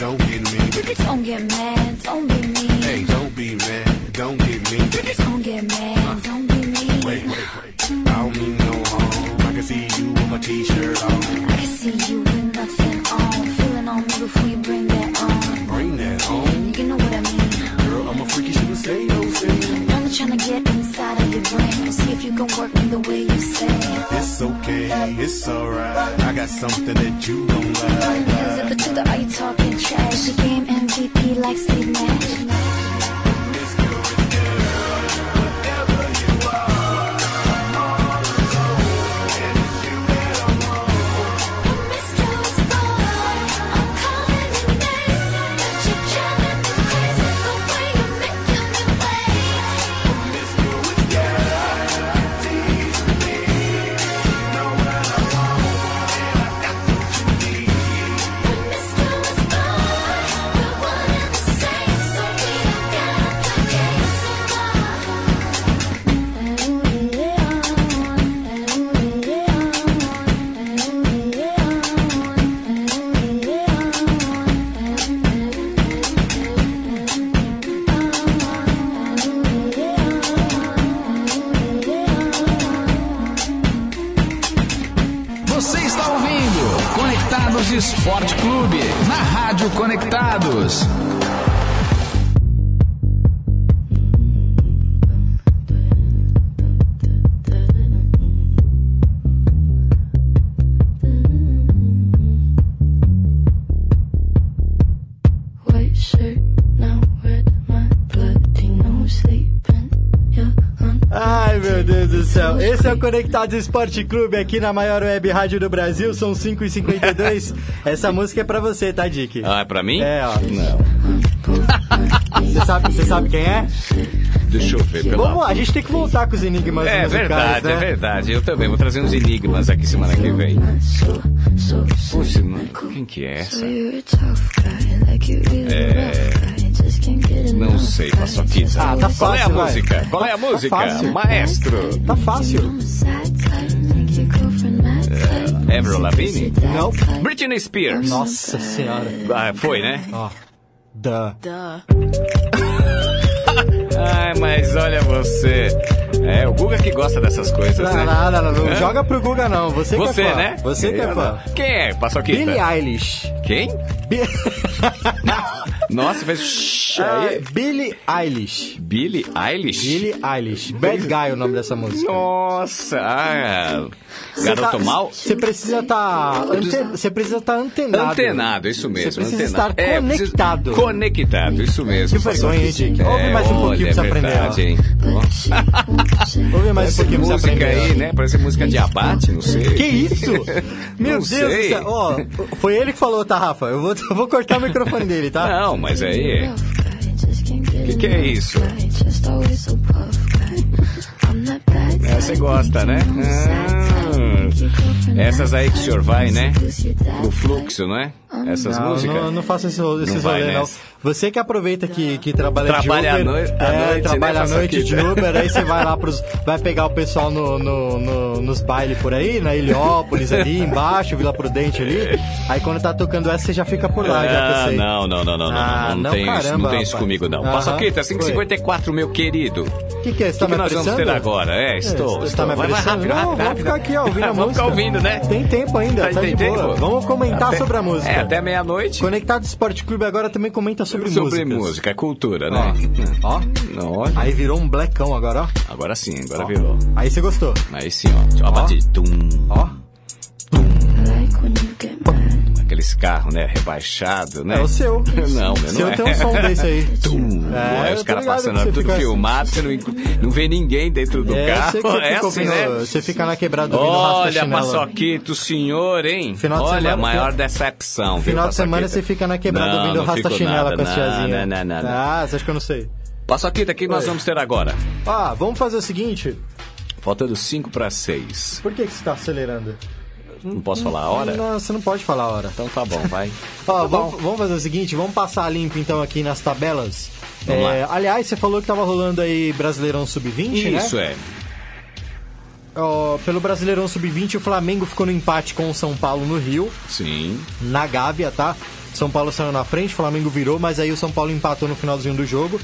[SPEAKER 1] don't get mean.
[SPEAKER 10] Don't get mad, don't be mean.
[SPEAKER 1] Hey, don't be mad, don't get mean.
[SPEAKER 10] Don't get mad, don't be mean.
[SPEAKER 1] Wait, wait, wait. I don't mean no harm. I can see you with my t-shirt on.
[SPEAKER 10] I can see you with nothing on. Feeling on me before you bring that on.
[SPEAKER 1] Bring that home.
[SPEAKER 10] You know what I mean.
[SPEAKER 1] Girl, I'm a freaky, shouldn't say no thing.
[SPEAKER 10] I'm trying to get inside of your brain. See if you can work me the way you say.
[SPEAKER 1] It's okay, it's alright. I got something that you don't like.
[SPEAKER 10] Is it the truth or are you talking trash? She game MVP like Steve Nash.
[SPEAKER 9] Promiscuous boy, I'm calling your name, but you're driving me crazy the way you're making me wait. Promiscuous boy, we're one and the same, so we don't gotta complicate so much.
[SPEAKER 3] Você está ouvindo Conectados Esporte Clube na Rádio Conectados.
[SPEAKER 4] Meu Deus do céu. Esse é o Conectados Esporte Clube aqui na maior web rádio do Brasil. São
[SPEAKER 5] *laughs*
[SPEAKER 4] 5h52. Essa música é pra você, tá, Dick?
[SPEAKER 5] Ah, é pra mim?
[SPEAKER 4] É, ó.
[SPEAKER 5] Não.
[SPEAKER 4] Você sabe, você sabe quem é?
[SPEAKER 5] Deixa eu ver, pelo
[SPEAKER 4] Vamos lá, a gente tem que voltar com os enigmas
[SPEAKER 5] É
[SPEAKER 4] musicais,
[SPEAKER 5] verdade,
[SPEAKER 4] né?
[SPEAKER 5] é verdade. Eu também vou trazer uns enigmas aqui semana que vem. Puxa, mano, quem que é essa? É... Não sei, Paçoquita.
[SPEAKER 10] Ah, tá
[SPEAKER 5] Qual é a
[SPEAKER 10] fácil, vai.
[SPEAKER 5] música? Qual é a
[SPEAKER 10] Tá
[SPEAKER 5] música?
[SPEAKER 10] fácil.
[SPEAKER 5] Maestro.
[SPEAKER 10] Tá fácil.
[SPEAKER 5] É, Avril Lavigne? Não. Britney Spears.
[SPEAKER 4] Nossa senhora.
[SPEAKER 5] Ah, foi, né?
[SPEAKER 4] Ó. Da.
[SPEAKER 5] Ai, mas olha você. É, o Guga que gosta dessas coisas, né?
[SPEAKER 4] Não, não, não, não, não
[SPEAKER 5] Hã?
[SPEAKER 4] joga pro Guga não, você,
[SPEAKER 5] Você,
[SPEAKER 4] que é fã.
[SPEAKER 5] né?
[SPEAKER 4] Você que é
[SPEAKER 5] Eu
[SPEAKER 4] fã.
[SPEAKER 5] não. Quem é? Paçoquita?
[SPEAKER 4] Billie Eilish.
[SPEAKER 5] Quem?
[SPEAKER 4] Bi-
[SPEAKER 5] Nossa, fez... shhh aí.
[SPEAKER 4] *laughs* Billie Eilish.
[SPEAKER 5] Billie Eilish?
[SPEAKER 4] Billie Eilish. Bad Guy é o nome dessa música.
[SPEAKER 5] Nossa! ah, garoto
[SPEAKER 4] tá-
[SPEAKER 5] mal?
[SPEAKER 4] Você precisa estar. Você precisa estar antenado.
[SPEAKER 5] Antenado, isso mesmo.
[SPEAKER 4] Você precisa
[SPEAKER 5] antenado. É, preciso-
[SPEAKER 4] estar conectado.
[SPEAKER 5] Conectado, isso mesmo.
[SPEAKER 4] Que vergonha, hein, Dick? Ouve mais um pouquinho
[SPEAKER 5] olha,
[SPEAKER 4] pra você aprender,
[SPEAKER 5] É verdade,
[SPEAKER 4] ó.
[SPEAKER 5] hein?
[SPEAKER 4] Ouve mais um
[SPEAKER 5] Essa
[SPEAKER 4] pouquinho pra você
[SPEAKER 5] música
[SPEAKER 4] aprender.
[SPEAKER 5] aí, né? Parece música de abate, não sei.
[SPEAKER 4] Que
[SPEAKER 5] *laughs*
[SPEAKER 4] isso?
[SPEAKER 5] Não
[SPEAKER 4] Meu Deus
[SPEAKER 5] sei.
[SPEAKER 4] do céu. Ó, foi ele que falou, tá, Rafa? Eu vou, *laughs* eu vou cortar o microfone dele, tá?
[SPEAKER 5] Não, *laughs* mas é aí... O que, que é isso? É, Você gosta, né? Ah, essas aí que o senhor vai, né? No fluxo, não é? Essas
[SPEAKER 4] Não,
[SPEAKER 5] músicas?
[SPEAKER 4] não, não faça esse, ro- esses
[SPEAKER 5] vai
[SPEAKER 4] rolê, não.
[SPEAKER 5] nessa.
[SPEAKER 4] Você que aproveita que, que trabalha,
[SPEAKER 5] Trabalha à
[SPEAKER 4] de Uber.
[SPEAKER 5] noi- à
[SPEAKER 4] é,
[SPEAKER 5] noite, né,
[SPEAKER 4] trabalha à
[SPEAKER 5] faça
[SPEAKER 4] noite
[SPEAKER 5] aqui,
[SPEAKER 4] de
[SPEAKER 5] né?
[SPEAKER 4] Uber, aí você
[SPEAKER 5] *laughs*
[SPEAKER 4] vai lá pros. Vai pegar o pessoal no, no- no- nos bailes por aí, na
[SPEAKER 5] *laughs*
[SPEAKER 4] Heliópolis ali embaixo, Vila Prudente ali. Aí quando tá tocando essa, você já fica por lá, já que eu
[SPEAKER 5] Ah,
[SPEAKER 4] sei.
[SPEAKER 5] não, não, não, não, não,
[SPEAKER 4] Ah,
[SPEAKER 5] não, não,
[SPEAKER 4] não,
[SPEAKER 5] tem isso,
[SPEAKER 4] caramba,
[SPEAKER 5] não tem isso
[SPEAKER 4] rapaz.
[SPEAKER 5] comigo não. Tá
[SPEAKER 4] Aham.
[SPEAKER 5] Paçoquita,
[SPEAKER 4] Foi.
[SPEAKER 5] 554, meu querido.
[SPEAKER 4] O que, que é? Você
[SPEAKER 5] O
[SPEAKER 4] tá
[SPEAKER 5] que,
[SPEAKER 4] me
[SPEAKER 5] que nós vamos ter
[SPEAKER 4] apressando?
[SPEAKER 5] agora? É, estou.
[SPEAKER 4] Você
[SPEAKER 5] estou.
[SPEAKER 4] tá me
[SPEAKER 5] Vai, vai,
[SPEAKER 4] apressando?
[SPEAKER 5] rápido, rápido,
[SPEAKER 4] não, vamos
[SPEAKER 5] rápido.
[SPEAKER 4] ficar aqui, ó, ouvindo a música.
[SPEAKER 5] Vamos ficar ouvindo, né?
[SPEAKER 4] Tem tempo ainda, tá, de boa. Vamos comentar
[SPEAKER 5] Até-
[SPEAKER 4] Tá sobre a música.
[SPEAKER 5] É, até meia-noite.
[SPEAKER 4] Conectado Esporte Clube agora também comenta sobre,
[SPEAKER 5] Sobre
[SPEAKER 4] músicas.
[SPEAKER 5] música, é cultura, né?
[SPEAKER 4] Ó,
[SPEAKER 5] Não, olha.
[SPEAKER 4] aí virou um blackão agora, ó.
[SPEAKER 5] Agora sim, agora virou.
[SPEAKER 4] Aí você gostou.
[SPEAKER 5] Aí sim, ó. Deixa eu abatir. Tum.
[SPEAKER 4] Ó.
[SPEAKER 5] Aqueles carros, né? Rebaixado, né?
[SPEAKER 4] É o seu.
[SPEAKER 5] *laughs* Não, meu
[SPEAKER 4] Seu
[SPEAKER 5] não é.
[SPEAKER 4] tem um som desse
[SPEAKER 5] *laughs*
[SPEAKER 4] aí.
[SPEAKER 5] Tum.
[SPEAKER 4] É,
[SPEAKER 5] Aí
[SPEAKER 4] eu
[SPEAKER 5] os
[SPEAKER 4] tô
[SPEAKER 5] caras
[SPEAKER 4] ligado
[SPEAKER 5] passando
[SPEAKER 4] que você
[SPEAKER 5] tudo
[SPEAKER 4] fica assim.
[SPEAKER 5] filmado, você não, inclu- não vê ninguém dentro do
[SPEAKER 4] É, eu
[SPEAKER 5] carro.
[SPEAKER 4] sei que você
[SPEAKER 5] é
[SPEAKER 4] fica
[SPEAKER 5] assim,
[SPEAKER 4] ouvindo,
[SPEAKER 5] né?
[SPEAKER 4] você tá fica na quebrada ouvindo
[SPEAKER 5] Olha,
[SPEAKER 4] Rasca Chinela.
[SPEAKER 5] Paçoquito, senhor, hein?
[SPEAKER 4] Final de
[SPEAKER 5] Olha,
[SPEAKER 4] semana-
[SPEAKER 5] a maior decepção. viu,
[SPEAKER 4] Final de semana
[SPEAKER 5] Paçoquita?
[SPEAKER 4] você fica na quebrada
[SPEAKER 5] Não,
[SPEAKER 4] ouvindo
[SPEAKER 5] não
[SPEAKER 4] Rasta
[SPEAKER 5] fico
[SPEAKER 4] Chinela
[SPEAKER 5] nada,
[SPEAKER 4] com as tiazinhas.
[SPEAKER 5] não, não, não, não.
[SPEAKER 4] Ah, você acha que eu não sei?
[SPEAKER 5] Paçoquita, o que nós vamos ter agora?
[SPEAKER 4] Ah, vamos fazer o seguinte.
[SPEAKER 5] Faltando 5 para 6.
[SPEAKER 4] Por que, que você tá acelerando?
[SPEAKER 5] Não posso falar a hora?
[SPEAKER 4] Não, você não pode falar a hora.
[SPEAKER 5] Então tá bom,
[SPEAKER 4] *laughs*
[SPEAKER 5] vai.
[SPEAKER 4] Ó, vamos, vamos fazer o seguinte, vamos passar limpo então aqui nas tabelas.
[SPEAKER 5] Vamos
[SPEAKER 4] É, aliás, você falou que tava rolando aí Brasileirão Sub-20, né?
[SPEAKER 5] Isso é.
[SPEAKER 4] Ó, pelo Brasileirão Sub-20, o Flamengo ficou no empate com o São Paulo no Rio,
[SPEAKER 5] Sim.
[SPEAKER 4] na Gávea, tá? São Paulo saiu na frente, o Flamengo virou, mas aí o São Paulo empatou no finalzinho do jogo.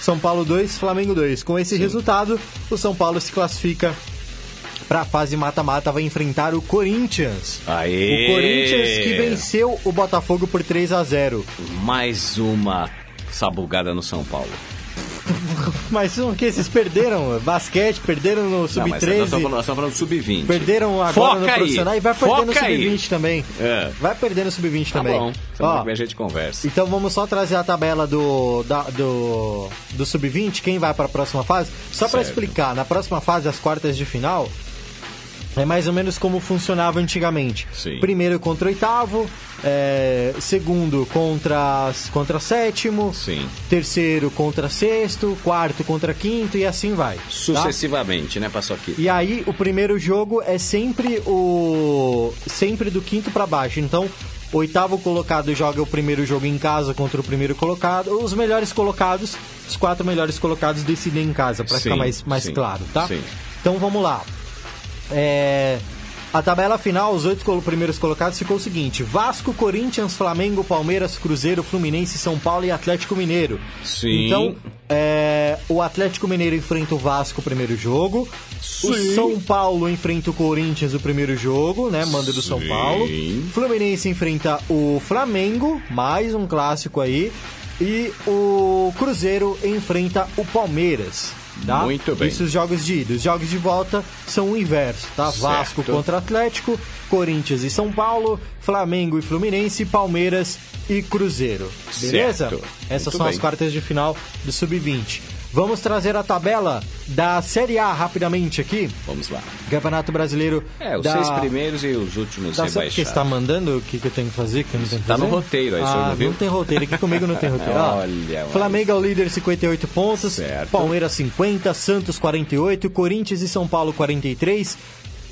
[SPEAKER 4] São Paulo 2, Flamengo 2. Com esse resultado, o São Paulo se classifica para a fase mata-mata, vai enfrentar o Corinthians.
[SPEAKER 5] Aê!
[SPEAKER 4] O Corinthians que venceu o Botafogo por 3 a 0
[SPEAKER 5] Mais uma sabugada no São Paulo.
[SPEAKER 4] Mas o que? Vocês perderam basquete, perderam no
[SPEAKER 5] Não, mas nós estamos
[SPEAKER 4] Sub-13,
[SPEAKER 5] falando, nós estamos falando sub-20.
[SPEAKER 4] perderam agora
[SPEAKER 5] Foca
[SPEAKER 4] no
[SPEAKER 5] aí,
[SPEAKER 4] profissional e vai perder no
[SPEAKER 5] foca aí.
[SPEAKER 4] Sub-20 também.
[SPEAKER 5] É.
[SPEAKER 4] Vai perder no Sub-20
[SPEAKER 5] Tá
[SPEAKER 4] também.
[SPEAKER 5] bom. Semana
[SPEAKER 4] Ó,
[SPEAKER 5] que vem a gente conversa.
[SPEAKER 4] Então vamos só trazer a tabela do, da- do, do sub-20, quem vai para a próxima fase. Só para
[SPEAKER 5] Certo.
[SPEAKER 4] explicar, na próxima fase, as quartas de final, é mais ou menos como funcionava antigamente.
[SPEAKER 5] Sim.
[SPEAKER 4] Primeiro contra oitavo, é, segundo contra, contra sétimo,
[SPEAKER 5] Sim.
[SPEAKER 4] terceiro contra sexto, quarto contra quinto e assim vai. tá?
[SPEAKER 5] Sucessivamente, né, Paçoquita?
[SPEAKER 4] E aí, o primeiro jogo é sempre o. Sempre do quinto pra baixo. Então, o oitavo colocado joga o primeiro jogo em casa contra o primeiro colocado. Os melhores colocados, os quatro melhores colocados decidem em casa, pra
[SPEAKER 5] Sim,
[SPEAKER 4] ficar mais, mais
[SPEAKER 5] sim,
[SPEAKER 4] claro, tá?
[SPEAKER 5] sim.
[SPEAKER 4] Então vamos lá. É, A tabela final, os oito colo- primeiros colocados, ficou o seguinte: Vasco, Corinthians, Flamengo, Palmeiras, Cruzeiro, Fluminense, São Paulo e Atlético Mineiro.
[SPEAKER 5] Sim.
[SPEAKER 4] Então, é, o Atlético Mineiro enfrenta o Vasco o primeiro jogo. O São Paulo enfrenta o Corinthians o primeiro jogo, né? Manda do São
[SPEAKER 5] Sim.
[SPEAKER 4] Paulo. Fluminense enfrenta o Flamengo, mais um clássico aí. E o Cruzeiro enfrenta o Palmeiras. Tá?
[SPEAKER 5] Muito bem.
[SPEAKER 4] Isso os jogos de ida. Os jogos de volta são o inverso, tá?
[SPEAKER 5] Certo.
[SPEAKER 4] Vasco contra Atlético, Corinthians e São Paulo, Flamengo e Fluminense, Palmeiras e Cruzeiro. Beleza?
[SPEAKER 5] Certo.
[SPEAKER 4] Essas
[SPEAKER 5] Muito
[SPEAKER 4] são as
[SPEAKER 5] bem.
[SPEAKER 4] quartas de final do Sub-20. Vamos trazer a tabela da Série A rapidamente aqui.
[SPEAKER 5] Vamos lá.
[SPEAKER 4] Campeonato Brasileiro.
[SPEAKER 5] É, os
[SPEAKER 4] da...
[SPEAKER 5] seis primeiros e os últimos
[SPEAKER 4] Tá, sabe o que você está
[SPEAKER 5] rebaixados.
[SPEAKER 4] mandando? O que, que eu tenho que fazer? Que eu não tenho que
[SPEAKER 5] Tá
[SPEAKER 4] fazer?
[SPEAKER 5] no roteiro aí, o
[SPEAKER 4] ah,
[SPEAKER 5] senhor não viu?
[SPEAKER 4] tem roteiro. Aqui comigo não tem roteiro. Ó,
[SPEAKER 5] Olha, mas-
[SPEAKER 4] Flamengo é o líder, 58 pontos. Palmeiras, 50. Santos, 48. Corinthians e São Paulo, 43.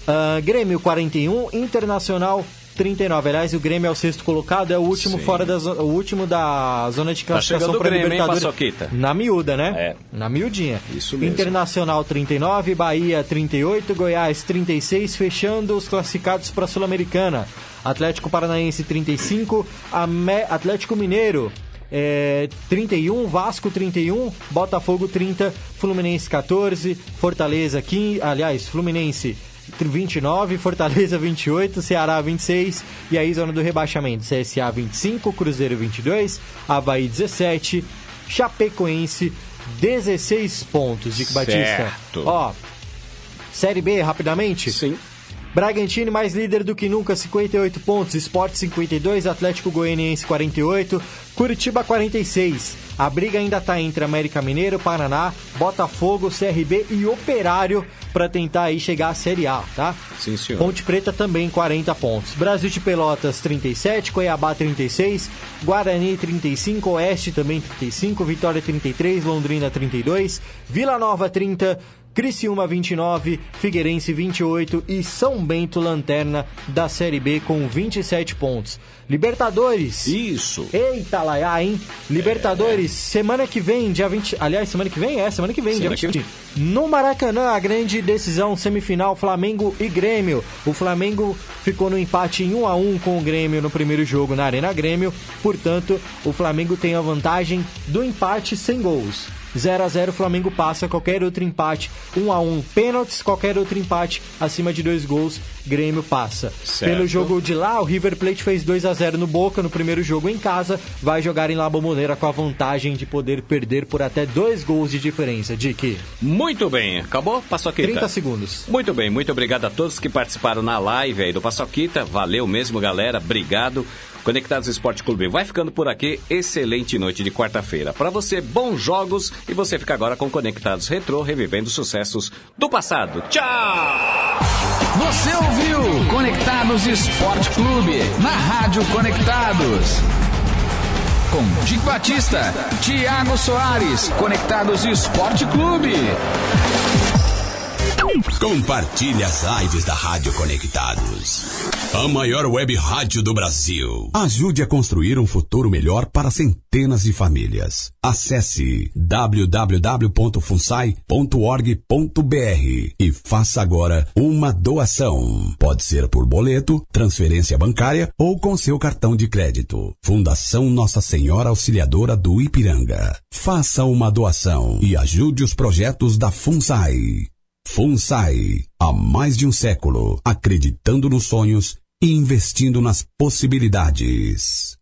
[SPEAKER 4] ah, Grêmio, 41. Internacional, 39. Aliás, o Grêmio é o sexto colocado. É o último, fora da, zo- o último da zona de
[SPEAKER 5] Tá
[SPEAKER 4] classificação
[SPEAKER 5] chegando o
[SPEAKER 4] para
[SPEAKER 5] Grêmio, hein,
[SPEAKER 4] Libertadores.
[SPEAKER 5] Paçoquita?
[SPEAKER 4] Na miúda, né? É. Na miudinha. Isso
[SPEAKER 5] mesmo.
[SPEAKER 4] Internacional 39, Bahia 38, Goiás 36, fechando os classificados para a Sul-Americana. Atlético Paranaense 35, Amé- Atlético Mineiro eh, 31, Vasco 31, Botafogo 30, Fluminense 14, Fortaleza 15, aliás, Fluminense 29, Fortaleza 28, Ceará 26 e aí zona do rebaixamento, CSA 25, Cruzeiro 22, Havaí 17, Chapecoense 16 pontos, Dick Batista.
[SPEAKER 5] Certo.
[SPEAKER 4] Ó, Série B rapidamente?
[SPEAKER 5] Sim.
[SPEAKER 4] Bragantino mais líder do que nunca, 58 pontos, Sport 52, Atlético Goianiense 48, Curitiba 46. A briga ainda está entre América Mineiro, Paraná, Botafogo, CRB e Operário para tentar aí chegar à Série A, tá?
[SPEAKER 5] Sim, senhor.
[SPEAKER 4] Ponte Preta também 40 pontos. Brasil de Pelotas 37, Cuiabá 36, Guarani 35, Oeste também 35, Vitória 33, Londrina 32, Vila Nova 30, Criciúma 29, Figueirense 28 e São Bento Lanterna da Série B com 27 pontos. Libertadores.
[SPEAKER 5] Isso. É.
[SPEAKER 4] Eita laiá, hein? Libertadores, semana que vem, dia 20. Aliás, semana que vem? É, semana que vem,
[SPEAKER 5] Semana
[SPEAKER 4] dia
[SPEAKER 5] que
[SPEAKER 4] 20. No Maracanã, a grande decisão semifinal Flamengo e Grêmio. O Flamengo ficou no empate em 1 a 1 com o Grêmio no primeiro jogo na Arena Grêmio. Portanto, o Flamengo tem a vantagem do empate sem gols. 0 a 0 o Flamengo passa qualquer outro empate, 1 a 1 pênaltis, qualquer outro empate acima de dois gols, Grêmio passa.
[SPEAKER 5] Certo.
[SPEAKER 4] Pelo jogo de lá, o River Plate fez 2 a 0 no Boca no primeiro jogo em casa, vai jogar em La Bombonera com a vantagem de poder perder por até dois gols de diferença. Dick.
[SPEAKER 5] Muito bem, acabou? Paçoquita.
[SPEAKER 4] 30 segundos.
[SPEAKER 5] Muito bem, muito obrigado a todos que participaram na live aí do Paçoquita. Valeu mesmo, galera. Obrigado. Conectados Esporte Clube vai ficando por aqui. Excelente noite de quarta-feira. Pra você, bons jogos. E você fica agora com Conectados Retrô, revivendo sucessos do passado. Tchau!
[SPEAKER 3] Você ouviu Conectados Esporte Clube na Rádio Conectados. Com Dick Batista, Thiago Soares, Conectados Esporte Clube.
[SPEAKER 2] Compartilhe as lives da Rádio Conectados. A maior web rádio do Brasil. Ajude a construir um futuro melhor para centenas de famílias. Acesse www.funsai.org.br e faça agora uma doação. Pode ser por boleto, transferência bancária ou com seu cartão de crédito. Fundação Nossa Senhora Auxiliadora do Ipiranga. Faça uma doação e ajude os projetos da Funsai. FUNSAI, há mais de um século, acreditando nos sonhos e investindo nas possibilidades.